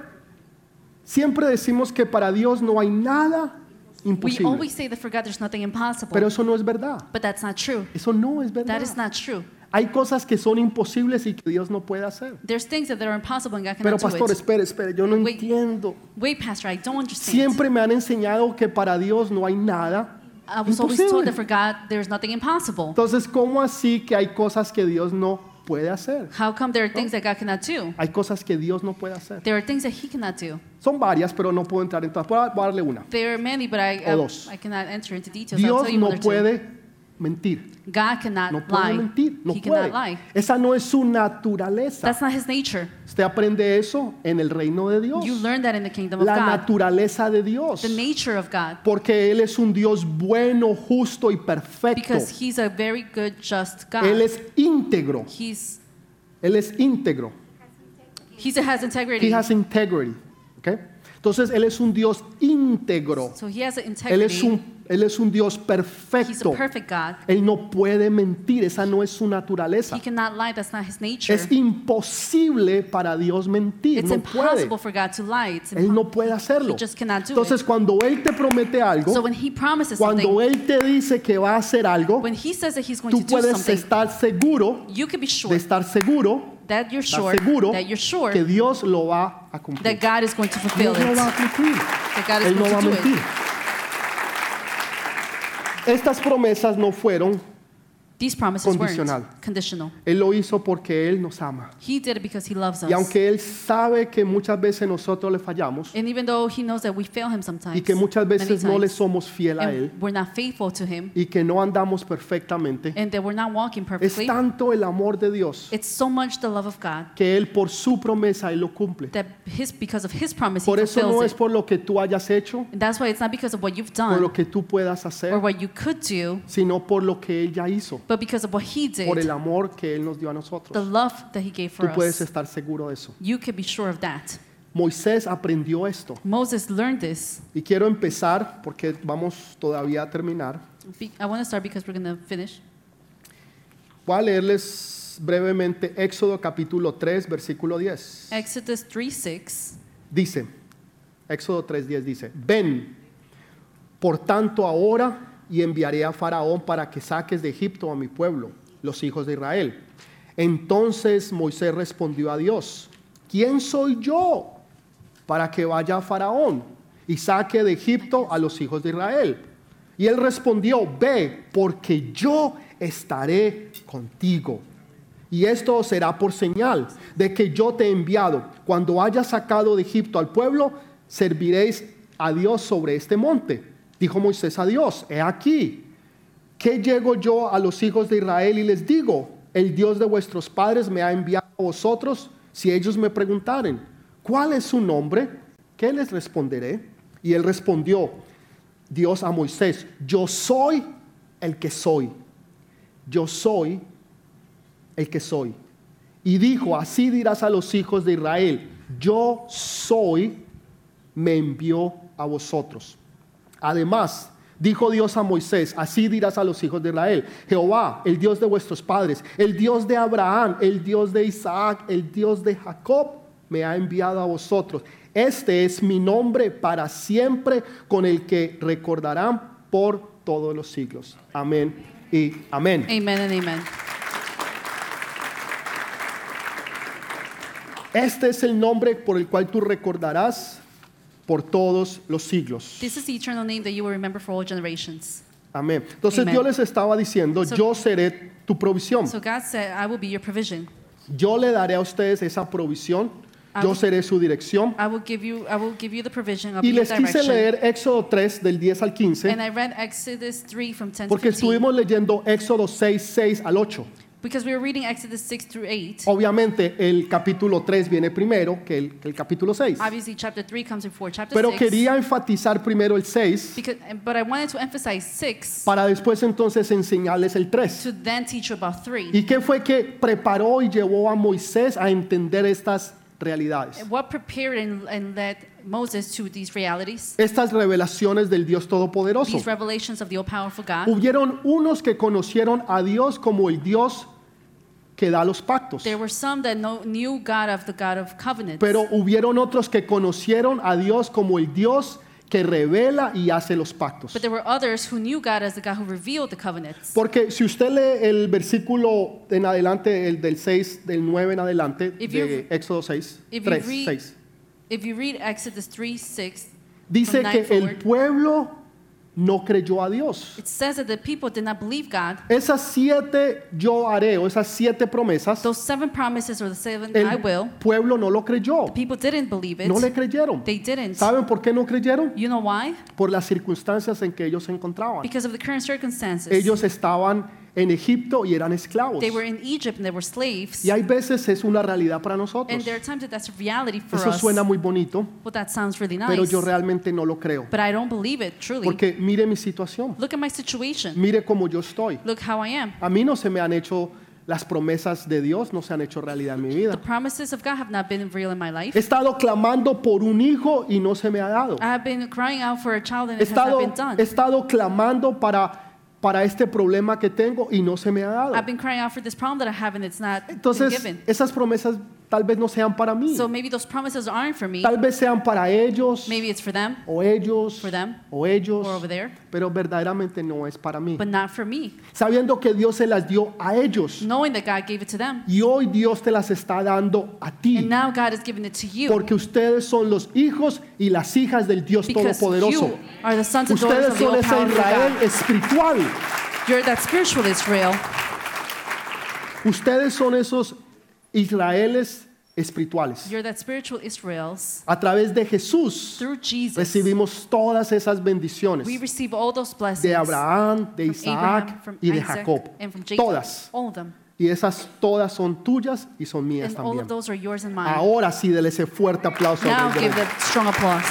Speaker 1: siempre decimos que para Dios no hay nada
Speaker 2: We
Speaker 1: imposible,
Speaker 2: always say that for God there's nothing impossible.
Speaker 1: pero eso no es verdad.
Speaker 2: but that's not true.
Speaker 1: Eso no es verdad.
Speaker 2: That is not true.
Speaker 1: Hay cosas que son imposibles y que Dios no puede hacer.
Speaker 2: There's things that are impossible and God
Speaker 1: Pero
Speaker 2: cannot do
Speaker 1: pastor,
Speaker 2: it.
Speaker 1: espere, espere, yo no
Speaker 2: Wait.
Speaker 1: entiendo.
Speaker 2: Wait, Pastor, I don't understand.
Speaker 1: Siempre me han enseñado que para Dios no hay nada
Speaker 2: I was always told that
Speaker 1: imposible.
Speaker 2: for God there's nothing impossible.
Speaker 1: Entonces, ¿cómo así que hay cosas que Dios no puede hacer?
Speaker 2: How come there are things that God cannot do?
Speaker 1: Hay cosas que Dios no puede hacer.
Speaker 2: There are things that He cannot do.
Speaker 1: Son varias, pero no puedo entrar en todas. Voy a voy a darle una.
Speaker 2: There are many, but I
Speaker 1: O
Speaker 2: I,
Speaker 1: dos.
Speaker 2: I cannot enter into details. I'll
Speaker 1: Dios
Speaker 2: tell you
Speaker 1: no
Speaker 2: one or two.
Speaker 1: puede mentir.
Speaker 2: God cannot
Speaker 1: No puede
Speaker 2: lie.
Speaker 1: mentir, no
Speaker 2: he
Speaker 1: puede.
Speaker 2: cannot lie.
Speaker 1: Esa no es su naturaleza.
Speaker 2: That's not His nature.
Speaker 1: Usted aprende eso en el reino de Dios.
Speaker 2: You learn that in the kingdom of
Speaker 1: La
Speaker 2: God.
Speaker 1: naturaleza de Dios.
Speaker 2: The nature of God,
Speaker 1: Porque Él es un Dios bueno, justo y perfecto.
Speaker 2: because He's a very good, just God.
Speaker 1: Él es íntegro.
Speaker 2: He's
Speaker 1: Él es íntegro.
Speaker 2: He has integrity.
Speaker 1: He has integrity. ¿ok? Entonces, Él es un Dios íntegro.
Speaker 2: so He has
Speaker 1: Él
Speaker 2: integrity.
Speaker 1: es un, él es un Dios
Speaker 2: He's a
Speaker 1: perfecto.
Speaker 2: perfect God.
Speaker 1: Él no puede mentir. Esa no es su naturaleza.
Speaker 2: He cannot lie. That's not His nature.
Speaker 1: Es imposible para Dios mentir.
Speaker 2: it's
Speaker 1: No puede.
Speaker 2: impossible for God to lie. It's
Speaker 1: Él
Speaker 2: impossible.
Speaker 1: no puede hacerlo.
Speaker 2: He just cannot do
Speaker 1: Entonces, cuando Él te promete
Speaker 2: so
Speaker 1: algo,
Speaker 2: when He promises something,
Speaker 1: cuando Él te dice que va a hacer algo,
Speaker 2: when He says that He's going to
Speaker 1: tú
Speaker 2: do
Speaker 1: puedes
Speaker 2: something,
Speaker 1: estar seguro
Speaker 2: you can be sure
Speaker 1: de estar seguro,
Speaker 2: that you're sure
Speaker 1: estar seguro
Speaker 2: that you're sure
Speaker 1: que Dios lo va a
Speaker 2: that
Speaker 1: cumplir.
Speaker 2: God is going to fulfill
Speaker 1: Dios lo
Speaker 2: it.
Speaker 1: va a cumplir.
Speaker 2: That God is
Speaker 1: Él no
Speaker 2: going
Speaker 1: va a
Speaker 2: to do
Speaker 1: mentir.
Speaker 2: it.
Speaker 1: Estas promesas no fueron.
Speaker 2: These promises
Speaker 1: Condicional.
Speaker 2: weren't conditional.
Speaker 1: Él lo hizo porque Él nos ama.
Speaker 2: He did it because He loves us.
Speaker 1: Y aunque Él sabe que muchas veces nosotros le fallamos
Speaker 2: and even though He knows that we fail Him sometimes,
Speaker 1: y que muchas
Speaker 2: many
Speaker 1: veces no le
Speaker 2: times,
Speaker 1: somos fiel a Él
Speaker 2: and we're not faithful to Him,
Speaker 1: y que no andamos perfectamente,
Speaker 2: and that we're not walking
Speaker 1: es
Speaker 2: perfectly,
Speaker 1: tanto el amor de Dios
Speaker 2: it's so much the love of God
Speaker 1: que Él por su promesa Él lo cumple.
Speaker 2: that His because of His promise
Speaker 1: Por
Speaker 2: He
Speaker 1: eso no
Speaker 2: fulfills
Speaker 1: es
Speaker 2: it.
Speaker 1: por lo que tú hayas hecho,
Speaker 2: And that's why it's not because of what you've
Speaker 1: por
Speaker 2: done
Speaker 1: lo que tú puedas
Speaker 2: or
Speaker 1: hacer,
Speaker 2: what you could do,
Speaker 1: sino por lo que Él ya hizo,
Speaker 2: but because of what He did,
Speaker 1: por el amor que Él nos dio a
Speaker 2: the
Speaker 1: nosotros.
Speaker 2: love that He gave
Speaker 1: Tú
Speaker 2: for
Speaker 1: puedes
Speaker 2: us.
Speaker 1: estar seguro de eso.
Speaker 2: You can be sure of that.
Speaker 1: Moisés aprendió esto.
Speaker 2: Moses learned this.
Speaker 1: Y quiero empezar, porque vamos todavía a terminar.
Speaker 2: Be- I want to start because we're going to finish.
Speaker 1: Voy a leerles brevemente Éxodo capítulo 3, versículo 10.
Speaker 2: Exodus 3 6.
Speaker 1: Dice, Éxodo 3:10 dice, ven, por tanto ahora y enviaré a Faraón para que saques de Egipto a mi pueblo, los hijos de Israel. Entonces Moisés respondió a Dios, ¿quién soy yo para que vaya a Faraón y saque de Egipto a los hijos de Israel? Y él respondió, ve, porque yo estaré contigo. Y esto será por señal de que yo te he enviado. Cuando hayas sacado de Egipto al pueblo, serviréis a Dios sobre este monte. Dijo Moisés a Dios, he aquí, que llego yo a los hijos de Israel y les digo, el Dios de vuestros padres me ha enviado a vosotros, si ellos me preguntaren, ¿cuál es su nombre? ¿Qué les responderé? Y él respondió, Dios a Moisés, yo soy el que soy, yo soy el que soy. Y dijo, así dirás a los hijos de Israel, yo soy, me envió a vosotros. Además, dijo Dios a Moisés, así dirás a los hijos de Israel, Jehová, el Dios de vuestros padres, el Dios de Abraham, el Dios de Isaac, el Dios de Jacob, me ha enviado a vosotros. Este es mi nombre para siempre, con el que recordarán por todos los siglos. Amén y amén.
Speaker 2: Amen and amen.
Speaker 1: Este es el nombre por el cual tú recordarás por todos los siglos.
Speaker 2: This is the eternal name that you will remember for all generations.
Speaker 1: Amén. Entonces
Speaker 2: Amen.
Speaker 1: Dios les estaba diciendo,
Speaker 2: So-
Speaker 1: yo seré tu provisión.
Speaker 2: So God said, I will be your provision.
Speaker 1: yo le daré a ustedes esa provisión
Speaker 2: I
Speaker 1: yo
Speaker 2: will,
Speaker 1: seré su dirección.
Speaker 2: I will give you I will give you the provision of
Speaker 1: Y
Speaker 2: your
Speaker 1: les quise
Speaker 2: direction.
Speaker 1: leer Éxodo 3 del 10 al
Speaker 2: and
Speaker 1: 15
Speaker 2: I read Exodus 3 from 10
Speaker 1: porque
Speaker 2: to 15
Speaker 1: estuvimos leyendo Éxodo 6, 6 al 8.
Speaker 2: because we were reading Exodus 6 through
Speaker 1: Oh.
Speaker 2: 8.
Speaker 1: Obviamente el capítulo 3 viene primero que el, que el capítulo 6.
Speaker 2: Obviously chapter 3 comes before chapter
Speaker 1: Pero
Speaker 2: 6.
Speaker 1: quería enfatizar primero el 6
Speaker 2: because, but I wanted to emphasize 6
Speaker 1: para después entonces enseñarles el 3.
Speaker 2: to then teach you about 3.
Speaker 1: ¿Y qué fue que preparó y llevó a Moisés a entender estas realidades?
Speaker 2: What prepared and, and led Moses to these realities,
Speaker 1: Estas revelaciones del Dios Todopoderoso.
Speaker 2: these revelations of the all-powerful God?
Speaker 1: Hubieron unos que conocieron a Dios como el Dios que da los pactos,
Speaker 2: There were some that know, knew God of the God of covenants,
Speaker 1: pero hubieron otros que conocieron a Dios como el Dios que revela y hace los pactos.
Speaker 2: but there were others who knew God as the God who revealed the covenants.
Speaker 1: Porque si usted lee el versículo en adelante, el del 6, del 9 en adelante,
Speaker 2: If
Speaker 1: de
Speaker 2: you-
Speaker 1: Éxodo 6,
Speaker 2: if you
Speaker 1: 3,
Speaker 2: read-
Speaker 1: 6,
Speaker 2: If you read Exodus 3 6,
Speaker 1: dice
Speaker 2: from
Speaker 1: que
Speaker 2: 9
Speaker 1: el
Speaker 2: forward,
Speaker 1: pueblo no creyó a Dios.
Speaker 2: it says that the people did not believe God.
Speaker 1: Esas siete yo haré, o esas siete promesas,
Speaker 2: Those seven promises or the seven I
Speaker 1: el
Speaker 2: will,
Speaker 1: pueblo no lo creyó.
Speaker 2: people didn't believe it.
Speaker 1: No le creyeron.
Speaker 2: they didn't.
Speaker 1: ¿Saben por qué no creyeron?
Speaker 2: You know why?
Speaker 1: Por las circunstancias en que ellos se encontraban.
Speaker 2: Because of the current circumstances.
Speaker 1: Ellos estaban en Egipto y eran esclavos.
Speaker 2: they were in Egypt and they were slaves.
Speaker 1: Y hay veces es una realidad para
Speaker 2: and
Speaker 1: nosotros.
Speaker 2: there are times that that's a reality for
Speaker 1: Eso
Speaker 2: us.
Speaker 1: suena muy bonito,
Speaker 2: Well, that sounds really nice.
Speaker 1: pero yo realmente no lo creo.
Speaker 2: but I don't believe it, truly.
Speaker 1: Porque mire mi situación,
Speaker 2: Look at my situation.
Speaker 1: mire cómo yo estoy.
Speaker 2: Look how I am.
Speaker 1: A mí no se me han hecho las promesas de Dios, no se han hecho realidad en mi vida.
Speaker 2: The promises of God have not been real in my life.
Speaker 1: He estado clamando por un hijo y no se me ha dado.
Speaker 2: I have been crying out for a child and
Speaker 1: He
Speaker 2: it has not
Speaker 1: estado,
Speaker 2: been done.
Speaker 1: he estado clamando para, para este problema que tengo y no se me ha dado.
Speaker 2: I've been crying out for this problem that I have and it's not been
Speaker 1: Entonces,
Speaker 2: given.
Speaker 1: esas promesas tal vez no sean para mí.
Speaker 2: So maybe those promises aren't for me.
Speaker 1: Tal vez sean para ellos,
Speaker 2: Maybe it's for them
Speaker 1: o ellos,
Speaker 2: For them.
Speaker 1: o ellos,
Speaker 2: or over there,
Speaker 1: pero verdaderamente no es para mí.
Speaker 2: but not for me.
Speaker 1: Sabiendo que Dios se las dio a ellos
Speaker 2: Knowing that God gave it to them.
Speaker 1: y hoy Dios te las está dando a
Speaker 2: And
Speaker 1: ti.
Speaker 2: now God has given it to you
Speaker 1: Porque ustedes son los hijos y las hijas del Dios
Speaker 2: because
Speaker 1: Todopoderoso.
Speaker 2: you are the sons and
Speaker 1: Ustedes
Speaker 2: daughters of the
Speaker 1: son ese
Speaker 2: all-powerful
Speaker 1: Israel
Speaker 2: God.
Speaker 1: espiritual.
Speaker 2: You're that spiritual Israel.
Speaker 1: Ustedes son esos Israeles espirituales.
Speaker 2: You're that spiritual Israels.
Speaker 1: A través de Jesús
Speaker 2: Through Jesus,
Speaker 1: recibimos todas esas
Speaker 2: we
Speaker 1: bendiciones
Speaker 2: receive all those blessings.
Speaker 1: de Abraham, de
Speaker 2: from Abraham,
Speaker 1: Isaac
Speaker 2: from
Speaker 1: y de
Speaker 2: Isaac,
Speaker 1: Jacob.
Speaker 2: and from Jacob.
Speaker 1: Todas.
Speaker 2: All of them.
Speaker 1: Y esas todas son tuyas y son mías
Speaker 2: And all
Speaker 1: también.
Speaker 2: of those are yours and mine.
Speaker 1: Ahora sí, dele ese fuerte aplauso. al
Speaker 2: Now
Speaker 1: Rey de
Speaker 2: give
Speaker 1: Reyes.
Speaker 2: them strong applause.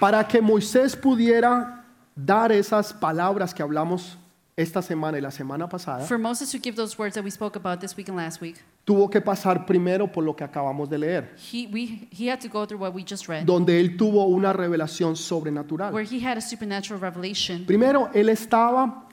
Speaker 1: Para que Moisés pudiera dar esas palabras que hablamos esta semana y la semana pasada,
Speaker 2: For Moses to give those words that we spoke about this week and last week,
Speaker 1: tuvo que pasar primero por lo que acabamos de leer,
Speaker 2: he, we, he had to go through what we just read,
Speaker 1: donde él tuvo una revelación sobrenatural.
Speaker 2: where he had a supernatural revelation.
Speaker 1: Primero, él estaba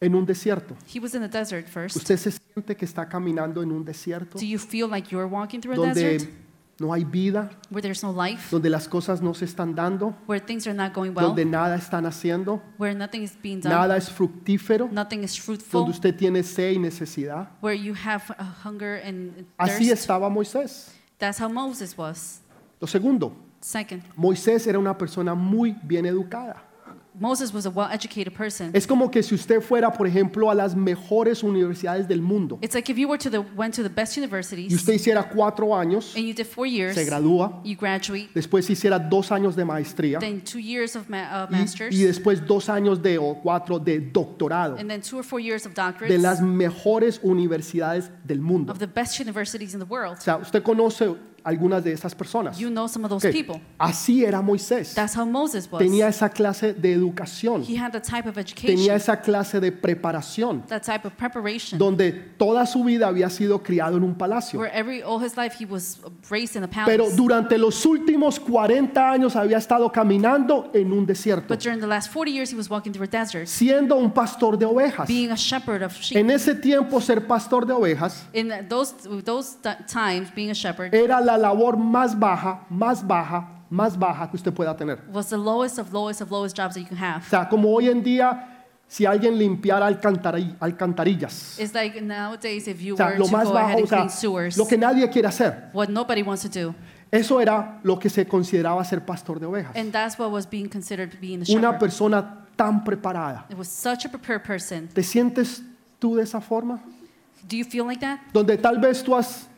Speaker 1: en un desierto.
Speaker 2: He was in the desert first.
Speaker 1: Usted se siente que está caminando en un desierto
Speaker 2: Do you feel like you're walking through a desert
Speaker 1: donde no hay vida,
Speaker 2: where there's no life,
Speaker 1: donde las cosas no se están dando,
Speaker 2: where things are not going well,
Speaker 1: donde nada están haciendo,
Speaker 2: where nothing is being done,
Speaker 1: nada es fructífero,
Speaker 2: nothing is
Speaker 1: donde
Speaker 2: fruitful,
Speaker 1: usted tiene sed y necesidad.
Speaker 2: where you have a hunger and
Speaker 1: Así
Speaker 2: thirst?
Speaker 1: estaba Moisés.
Speaker 2: That's how Moses was.
Speaker 1: Lo segundo,
Speaker 2: Second,
Speaker 1: Moisés era una persona muy bien educada.
Speaker 2: Moses was a well educated person.
Speaker 1: Es como que si usted fuera, por ejemplo, a las mejores universidades del mundo
Speaker 2: It's like if you were to the went to the best
Speaker 1: y
Speaker 2: universities
Speaker 1: usted hiciera cuatro años,
Speaker 2: and you did four years,
Speaker 1: se gradúa,
Speaker 2: you graduate,
Speaker 1: después hiciera dos años de maestría
Speaker 2: then two years of ma- uh, masters,
Speaker 1: y, y después dos años de o cuatro de doctorado
Speaker 2: and then two or four years of
Speaker 1: de
Speaker 2: doctorates
Speaker 1: las mejores universidades del mundo.
Speaker 2: of the best universities in the world.
Speaker 1: O sea, usted conoce algunas de esas personas.
Speaker 2: You know some of those
Speaker 1: Ok,
Speaker 2: people.
Speaker 1: Así era Moisés.
Speaker 2: That's how Moses was.
Speaker 1: Tenía esa clase de educación,
Speaker 2: he had that type of education,
Speaker 1: tenía esa clase de preparación,
Speaker 2: that type of preparation,
Speaker 1: donde toda su vida había sido criado en un palacio.
Speaker 2: where every all his life he was raised in a palace.
Speaker 1: Pero durante los últimos 40 años había estado caminando en un desierto,
Speaker 2: but during the last 40 years, he was walking through a desert,
Speaker 1: siendo un pastor de ovejas.
Speaker 2: being a shepherd of sheep.
Speaker 1: En ese tiempo ser pastor de ovejas
Speaker 2: in those those t- times, being a shepherd
Speaker 1: era la labor más baja, más baja, más baja que usted pueda tener.
Speaker 2: was the lowest of lowest of lowest jobs that you can have.
Speaker 1: O sea, como hoy en día, si alguien limpiara alcantari- alcantarillas,
Speaker 2: It's like nowadays, if you
Speaker 1: o sea,
Speaker 2: were
Speaker 1: lo
Speaker 2: to
Speaker 1: más
Speaker 2: go ahead
Speaker 1: bajo, o
Speaker 2: and
Speaker 1: sea,
Speaker 2: clean sewers,
Speaker 1: lo que nadie quiere hacer.
Speaker 2: what nobody wants to do,
Speaker 1: Eso era lo que se consideraba ser pastor de ovejas.
Speaker 2: and that's what was being considered being a
Speaker 1: Una
Speaker 2: shepherd.
Speaker 1: persona tan preparada.
Speaker 2: It was such a prepared person.
Speaker 1: ¿Te sientes tú de esa forma?
Speaker 2: Do you feel like that?
Speaker 1: Donde tal vez tú has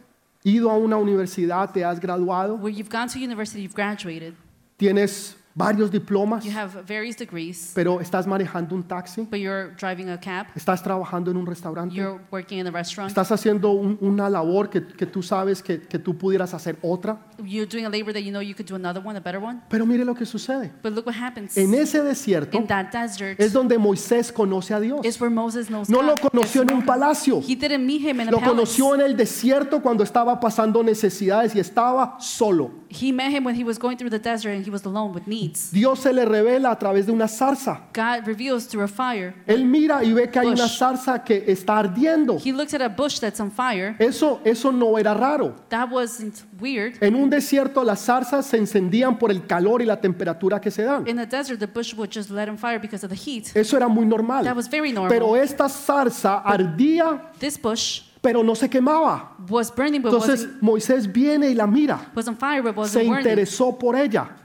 Speaker 1: ido a una universidad, te has graduado,
Speaker 2: Where you've gone to university, you've graduated,
Speaker 1: tienes varios diplomas,
Speaker 2: you have various degrees,
Speaker 1: pero estás manejando un taxi,
Speaker 2: but you're driving a cab,
Speaker 1: estás trabajando en un restaurante,
Speaker 2: you're working in a restaurant,
Speaker 1: estás haciendo un- una labor que, que tú sabes que, que tú pudieras hacer otra.
Speaker 2: you're doing a labor that you know you could do another one, a better one.
Speaker 1: Pero mire lo que sucede.
Speaker 2: But look what happens.
Speaker 1: En ese desierto
Speaker 2: in that desert
Speaker 1: es donde Moisés conoce a Dios.
Speaker 2: is where Moses knows
Speaker 1: No lo
Speaker 2: God.
Speaker 1: conoció en un palacio.
Speaker 2: He didn't meet him in a
Speaker 1: Lo
Speaker 2: palace.
Speaker 1: conoció en el desierto cuando estaba pasando necesidades y estaba solo.
Speaker 2: He met him when he was going through the desert and he was alone with needs.
Speaker 1: Dios se le revela a través de una zarza.
Speaker 2: God reveals through a fire.
Speaker 1: Él mira y ve que hay
Speaker 2: Bush.
Speaker 1: una zarza que está ardiendo.
Speaker 2: He looks at a bush that's on fire.
Speaker 1: Eso, eso no era raro.
Speaker 2: That wasn't weird.
Speaker 1: En un desierto las zarzas se encendían por el calor y la temperatura que se dan.
Speaker 2: In the desert, the bush would just let on fire because of the heat.
Speaker 1: Eso era muy
Speaker 2: That
Speaker 1: normal.
Speaker 2: was very normal.
Speaker 1: Pero esta zarza ardía,
Speaker 2: this bush
Speaker 1: pero no se quemaba.
Speaker 2: was burning but
Speaker 1: Entonces
Speaker 2: wasn't,
Speaker 1: Moisés viene y la mira.
Speaker 2: was on fire but
Speaker 1: Se
Speaker 2: wasn't burning.
Speaker 1: interesó por ella.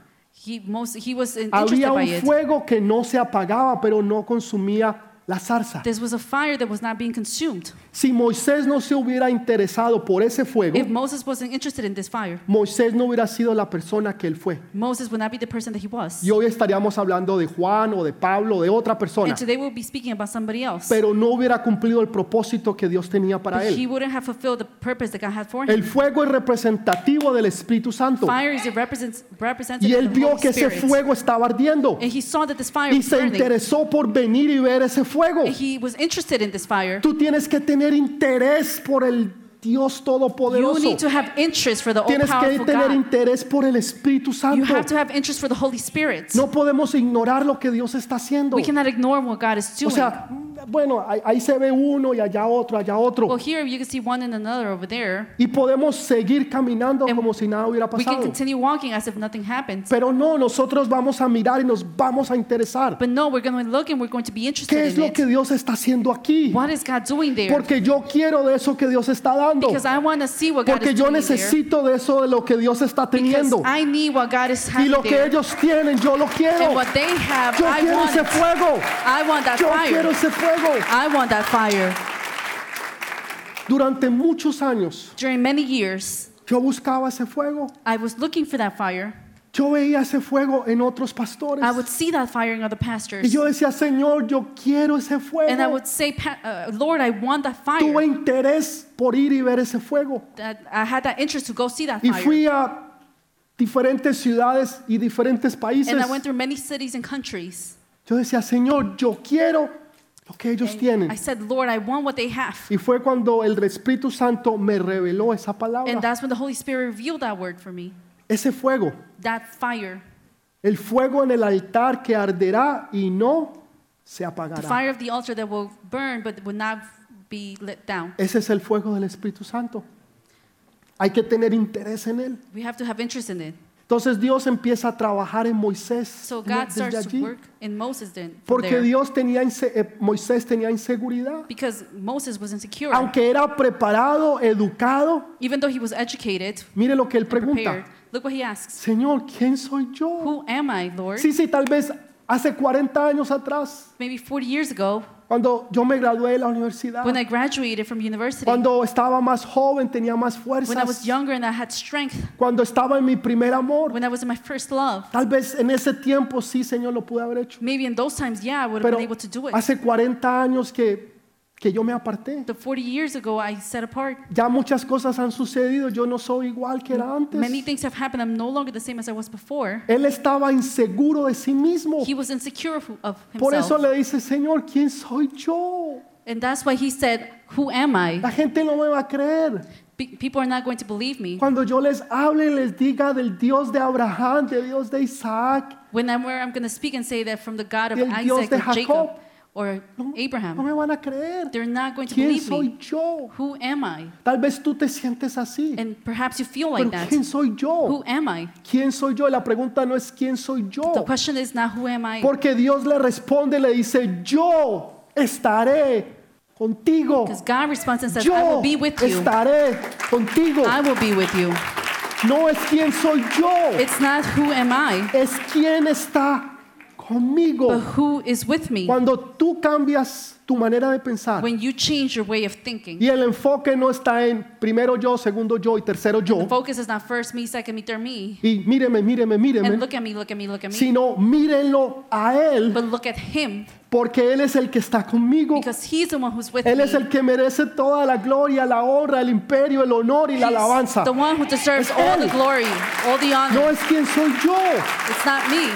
Speaker 2: He, most, he was in- interested
Speaker 1: Había
Speaker 2: by
Speaker 1: un
Speaker 2: it.
Speaker 1: fuego que no se apagaba, pero no consumía la zarza.
Speaker 2: This was a fire that was not being consumed.
Speaker 1: Si Moisés no se hubiera interesado por ese fuego,
Speaker 2: If Moses wasn't interested in this fire,
Speaker 1: Moisés no hubiera sido la persona que él fue.
Speaker 2: Moses would not be the person that he was.
Speaker 1: Y hoy estaríamos hablando de Juan o de Pablo o de otra persona,
Speaker 2: And today we'll be speaking about somebody else.
Speaker 1: pero no hubiera cumplido el propósito que Dios tenía para
Speaker 2: But he
Speaker 1: él.
Speaker 2: wouldn't have fulfilled the purpose that God had for
Speaker 1: El
Speaker 2: him.
Speaker 1: fuego es representativo del Espíritu Santo.
Speaker 2: Fire is a represents, representative
Speaker 1: Y él
Speaker 2: of the
Speaker 1: vio
Speaker 2: Holy
Speaker 1: que ese
Speaker 2: Spirit.
Speaker 1: fuego estaba ardiendo
Speaker 2: And he saw that this fire
Speaker 1: y
Speaker 2: was
Speaker 1: se
Speaker 2: burning.
Speaker 1: interesó por venir y ver ese fuego.
Speaker 2: And he was interested in this fire.
Speaker 1: Tú tienes que tener interés por el Dios
Speaker 2: You
Speaker 1: Todopoderoso.
Speaker 2: need to have interest for the
Speaker 1: Tienes que
Speaker 2: all-powerful
Speaker 1: tener
Speaker 2: God.
Speaker 1: interés por el Espíritu
Speaker 2: You
Speaker 1: Santo.
Speaker 2: have to have interest for the Holy Spirit.
Speaker 1: No podemos ignorar lo que Dios está haciendo.
Speaker 2: We cannot ignore what God is
Speaker 1: O
Speaker 2: doing.
Speaker 1: sea, bueno, ahí, ahí se ve uno y allá otro, allá otro.
Speaker 2: well, here you can see one and another over there.
Speaker 1: Y podemos seguir caminando
Speaker 2: And
Speaker 1: como si nada hubiera
Speaker 2: We can
Speaker 1: pasado.
Speaker 2: continue walking as if nothing happened.
Speaker 1: Pero no, nosotros vamos a mirar y nos vamos a interesar.
Speaker 2: But no, we're going to look and we're going to be interested
Speaker 1: ¿Qué es
Speaker 2: in
Speaker 1: lo
Speaker 2: it.
Speaker 1: que Dios está haciendo aquí?
Speaker 2: What is God doing there?
Speaker 1: Porque yo quiero de eso que Dios está dando.
Speaker 2: because I want to see what God
Speaker 1: Porque
Speaker 2: is
Speaker 1: yo
Speaker 2: doing
Speaker 1: necesito de eso de lo que Dios está
Speaker 2: there. Because
Speaker 1: teniendo.
Speaker 2: I need what God is
Speaker 1: Y
Speaker 2: having
Speaker 1: lo que
Speaker 2: there.
Speaker 1: ellos tienen, yo lo quiero.
Speaker 2: and what they have,
Speaker 1: Yo
Speaker 2: I
Speaker 1: quiero
Speaker 2: want
Speaker 1: ese
Speaker 2: it.
Speaker 1: fuego.
Speaker 2: I want that
Speaker 1: Yo quiero
Speaker 2: fire.
Speaker 1: ese fuego.
Speaker 2: I want that fire.
Speaker 1: Durante muchos años
Speaker 2: During many years,
Speaker 1: yo buscaba ese fuego.
Speaker 2: I was looking for that fire.
Speaker 1: Yo veía ese fuego en otros pastores.
Speaker 2: I would see that fire in other
Speaker 1: Y
Speaker 2: pastors.
Speaker 1: yo decía, Señor, yo quiero ese
Speaker 2: And I
Speaker 1: fuego.
Speaker 2: would say, "Pa- uh, Lord, I want that
Speaker 1: Tuve
Speaker 2: fire.
Speaker 1: interés por ir y ver ese fuego.
Speaker 2: That I had that interest to go see that
Speaker 1: Y
Speaker 2: fire.
Speaker 1: fui a diferentes ciudades y diferentes países.
Speaker 2: And I went through many cities and countries.
Speaker 1: Yo decía, Señor, yo quiero lo que ellos
Speaker 2: I
Speaker 1: tienen.
Speaker 2: said, Lord, I want what they have.
Speaker 1: Y fue cuando el Espíritu Santo me reveló esa
Speaker 2: And
Speaker 1: palabra.
Speaker 2: that's when the Holy Spirit revealed that word for me.
Speaker 1: Ese fuego.
Speaker 2: That fire.
Speaker 1: El fuego en el altar que arderá y no se
Speaker 2: The
Speaker 1: apagará.
Speaker 2: fire of the altar that will burn but will not be lit down.
Speaker 1: Ese es el fuego del Espíritu Santo. Hay que tener interés en él.
Speaker 2: We have to have interest in it.
Speaker 1: Entonces Dios empieza a trabajar en Moisés ¿no?
Speaker 2: So God
Speaker 1: desde
Speaker 2: starts
Speaker 1: allí,
Speaker 2: to work in Moses then. from
Speaker 1: porque
Speaker 2: there.
Speaker 1: Dios tenía inse- eh, Moisés tenía inseguridad,
Speaker 2: Because Moses was insecure.
Speaker 1: aunque era preparado, educado.
Speaker 2: Even though he was educated
Speaker 1: Mire lo que él
Speaker 2: and prepared,
Speaker 1: pregunta:
Speaker 2: look what he asks.
Speaker 1: Señor, ¿quién soy yo?
Speaker 2: Who am I, Lord?
Speaker 1: Sí, sí, tal vez hace 40 años atrás,
Speaker 2: Maybe 40 years ago,
Speaker 1: cuando yo me gradué de la universidad,
Speaker 2: when I graduated from university,
Speaker 1: cuando estaba más joven, tenía más
Speaker 2: when I was
Speaker 1: fuerzas,
Speaker 2: younger and I had strength,
Speaker 1: cuando estaba en mi primer amor.
Speaker 2: when I was in my first love,
Speaker 1: Tal vez en ese tiempo sí, Señor, lo pude haber hecho.
Speaker 2: maybe in those times, yeah, I would have
Speaker 1: Pero
Speaker 2: been able to do it.
Speaker 1: hace 40 años que, que yo me aparté.
Speaker 2: The 40 years ago, I set apart.
Speaker 1: Ya muchas cosas han sucedido, yo no soy igual que era
Speaker 2: Many
Speaker 1: antes.
Speaker 2: things have happened. I'm no longer the same as I was before.
Speaker 1: Él estaba inseguro de sí mismo.
Speaker 2: He was insecure of of
Speaker 1: Oh. Por eso
Speaker 2: himself.
Speaker 1: le dice, Señor, ¿quién soy yo?
Speaker 2: And that's why he said, Who am I?
Speaker 1: La gente no me va a creer.
Speaker 2: Pe- People are not going to believe me.
Speaker 1: Cuando yo les hable y les diga del Dios de Abraham, del Dios de Isaac,
Speaker 2: When I'm where I'm going to speak and say that from the God of
Speaker 1: Del Dios
Speaker 2: Isaac
Speaker 1: de
Speaker 2: or Jacob
Speaker 1: Jacob.
Speaker 2: or
Speaker 1: no, no
Speaker 2: Abraham,
Speaker 1: me van a creer.
Speaker 2: they're not going to
Speaker 1: ¿Quién
Speaker 2: believe
Speaker 1: soy
Speaker 2: me.
Speaker 1: yo?
Speaker 2: Who am I?
Speaker 1: Tal vez tú te sientes así,
Speaker 2: And perhaps you feel
Speaker 1: pero
Speaker 2: like that.
Speaker 1: ¿quién soy yo?
Speaker 2: Who am I?
Speaker 1: ¿Quién soy yo? La pregunta no es quién soy yo.
Speaker 2: The question is not who am I?
Speaker 1: Porque Dios le responde, le dice, yo estaré contigo.
Speaker 2: Because God responds and says, I
Speaker 1: Yo
Speaker 2: will be with you.
Speaker 1: estaré contigo.
Speaker 2: I will be with you.
Speaker 1: No es quién soy yo,
Speaker 2: It's not who am I,
Speaker 1: es quién está conmigo?
Speaker 2: But who is with me?
Speaker 1: Cuando tú cambias tu manera de pensar
Speaker 2: When you change your way of thinking,
Speaker 1: y el enfoque no está en primero yo, segundo yo y tercero yo,
Speaker 2: the focus is not first me, second me, third me.
Speaker 1: y míreme, míreme,
Speaker 2: And
Speaker 1: míreme,
Speaker 2: look at me, look at me, look at me.
Speaker 1: sino mírenlo a Él,
Speaker 2: But look at him
Speaker 1: porque Él es el que está conmigo.
Speaker 2: because he's the one who's with
Speaker 1: Él
Speaker 2: me.
Speaker 1: es el que merece toda la gloria, la honra, el imperio, el honor y la
Speaker 2: He's
Speaker 1: alabanza.
Speaker 2: the one who deserves
Speaker 1: Es
Speaker 2: all the
Speaker 1: él.
Speaker 2: glory, all the honor.
Speaker 1: No es quien soy yo,
Speaker 2: It's not me.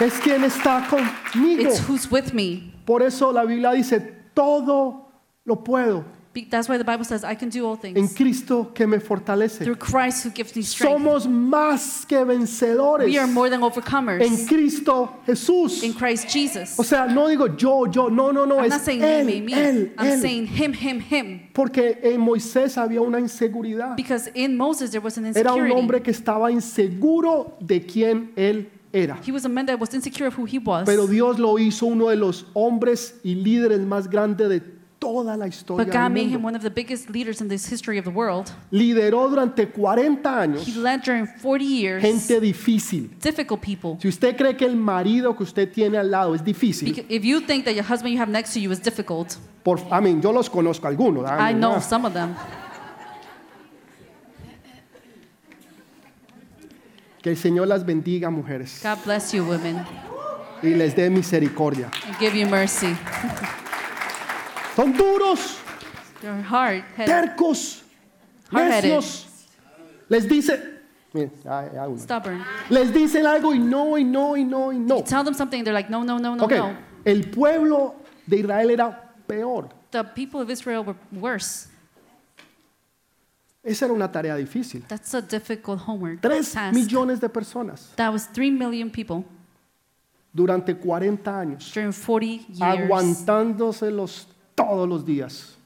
Speaker 1: es quien está conmigo.
Speaker 2: It's who's with me.
Speaker 1: Por eso la Biblia dice, todo lo puedo
Speaker 2: Be- That's why the Bible says, I can do all
Speaker 1: en
Speaker 2: things
Speaker 1: Cristo que me fortalece.
Speaker 2: through Christ who gives me strength.
Speaker 1: Somos más que
Speaker 2: We
Speaker 1: vencedores
Speaker 2: are more than
Speaker 1: en
Speaker 2: overcomers
Speaker 1: Cristo
Speaker 2: in
Speaker 1: Jesús.
Speaker 2: Christ Jesus.
Speaker 1: O sea, no digo yo, yo, no, no, no,
Speaker 2: I'm
Speaker 1: es
Speaker 2: not saying
Speaker 1: él,
Speaker 2: me, me, me.
Speaker 1: él,
Speaker 2: I'm
Speaker 1: él.
Speaker 2: saying him, him, him.
Speaker 1: Porque en Moisés había una inseguridad.
Speaker 2: Because in Moses there was an
Speaker 1: Era un
Speaker 2: insecurity.
Speaker 1: hombre que estaba inseguro de quién él era.
Speaker 2: He was a man that was insecure of who he was.
Speaker 1: Pero Dios lo hizo uno de los hombres y líderes más grandes de toda la historia.
Speaker 2: but God
Speaker 1: del
Speaker 2: made him
Speaker 1: mundo.
Speaker 2: one of the biggest leaders in this history of the world.
Speaker 1: Lideró durante 40
Speaker 2: He
Speaker 1: años
Speaker 2: led during 40 years
Speaker 1: gente difícil.
Speaker 2: difficult people.
Speaker 1: Si usted cree que el marido que usted tiene al lado es difícil,
Speaker 2: Beca- If you think that your husband you have next to you is difficult,
Speaker 1: por, amén, yo los conozco algunos.
Speaker 2: I
Speaker 1: amén,
Speaker 2: know
Speaker 1: ah.
Speaker 2: some of them.
Speaker 1: Que el Señor las bendiga, mujeres,
Speaker 2: God bless you, women,
Speaker 1: y les dé misericordia.
Speaker 2: and give you mercy.
Speaker 1: Son duros,
Speaker 2: Your heart had
Speaker 1: tercos,
Speaker 2: Hard-headed.
Speaker 1: necios. Les dice, Mire, ah, ah, uno.
Speaker 2: stubborn.
Speaker 1: les dicen algo y no, y no, y no, y no.
Speaker 2: Tell them something, they're like, no, no, no, no,
Speaker 1: Ok,
Speaker 2: no.
Speaker 1: el pueblo de Israel era peor.
Speaker 2: The people of Israel were worse.
Speaker 1: Esa era una tarea difícil.
Speaker 2: That's a difficult homework.
Speaker 1: Tres
Speaker 2: task.
Speaker 1: millones de personas
Speaker 2: That was three million people
Speaker 1: durante 40 años,
Speaker 2: during 40 years
Speaker 1: aguantándoselos todos los días.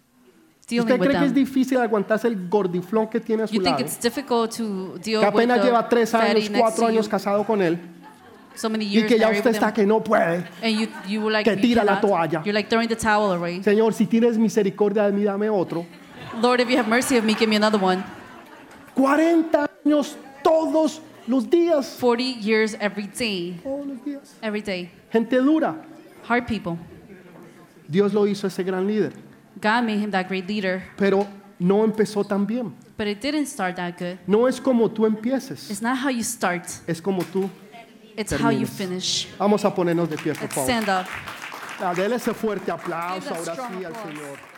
Speaker 2: dealing
Speaker 1: ¿Usted
Speaker 2: with
Speaker 1: cree que es
Speaker 2: them.
Speaker 1: difícil aguantarse el gordiflón que tiene a su
Speaker 2: You think
Speaker 1: lado?
Speaker 2: it's difficult to deal
Speaker 1: ¿eh? Que
Speaker 2: with
Speaker 1: apenas
Speaker 2: the
Speaker 1: lleva tres
Speaker 2: fatty
Speaker 1: años,
Speaker 2: next
Speaker 1: cuatro
Speaker 2: to you
Speaker 1: años casado con él
Speaker 2: so many years
Speaker 1: y que ya
Speaker 2: married
Speaker 1: usted
Speaker 2: with
Speaker 1: está
Speaker 2: them,
Speaker 1: que no puede.
Speaker 2: and you you were like
Speaker 1: que
Speaker 2: you
Speaker 1: tira la
Speaker 2: cannot-
Speaker 1: toalla.
Speaker 2: you're like throwing the towel away.
Speaker 1: Señor, si tienes misericordia de mí, dame otro.
Speaker 2: Lord, if you have mercy of me, give me another one.
Speaker 1: 40 años todos los días.
Speaker 2: 40 years every day,
Speaker 1: Todos los días.
Speaker 2: every day.
Speaker 1: Gente dura.
Speaker 2: Hard people.
Speaker 1: Dios lo hizo ese gran líder,
Speaker 2: God made him that great leader,
Speaker 1: pero no empezó tan bien.
Speaker 2: but it didn't start that good.
Speaker 1: No es como tú empieces,
Speaker 2: It's not how you start;
Speaker 1: es como tú.
Speaker 2: it's how you
Speaker 1: Terminas.
Speaker 2: finish.
Speaker 1: Vamos a ponernos de pie, por
Speaker 2: Let's
Speaker 1: favor.
Speaker 2: stand up.
Speaker 1: Ah, Dele ese fuerte aplauso
Speaker 2: Give that
Speaker 1: ahora
Speaker 2: strong
Speaker 1: sí al
Speaker 2: applause.
Speaker 1: Señor.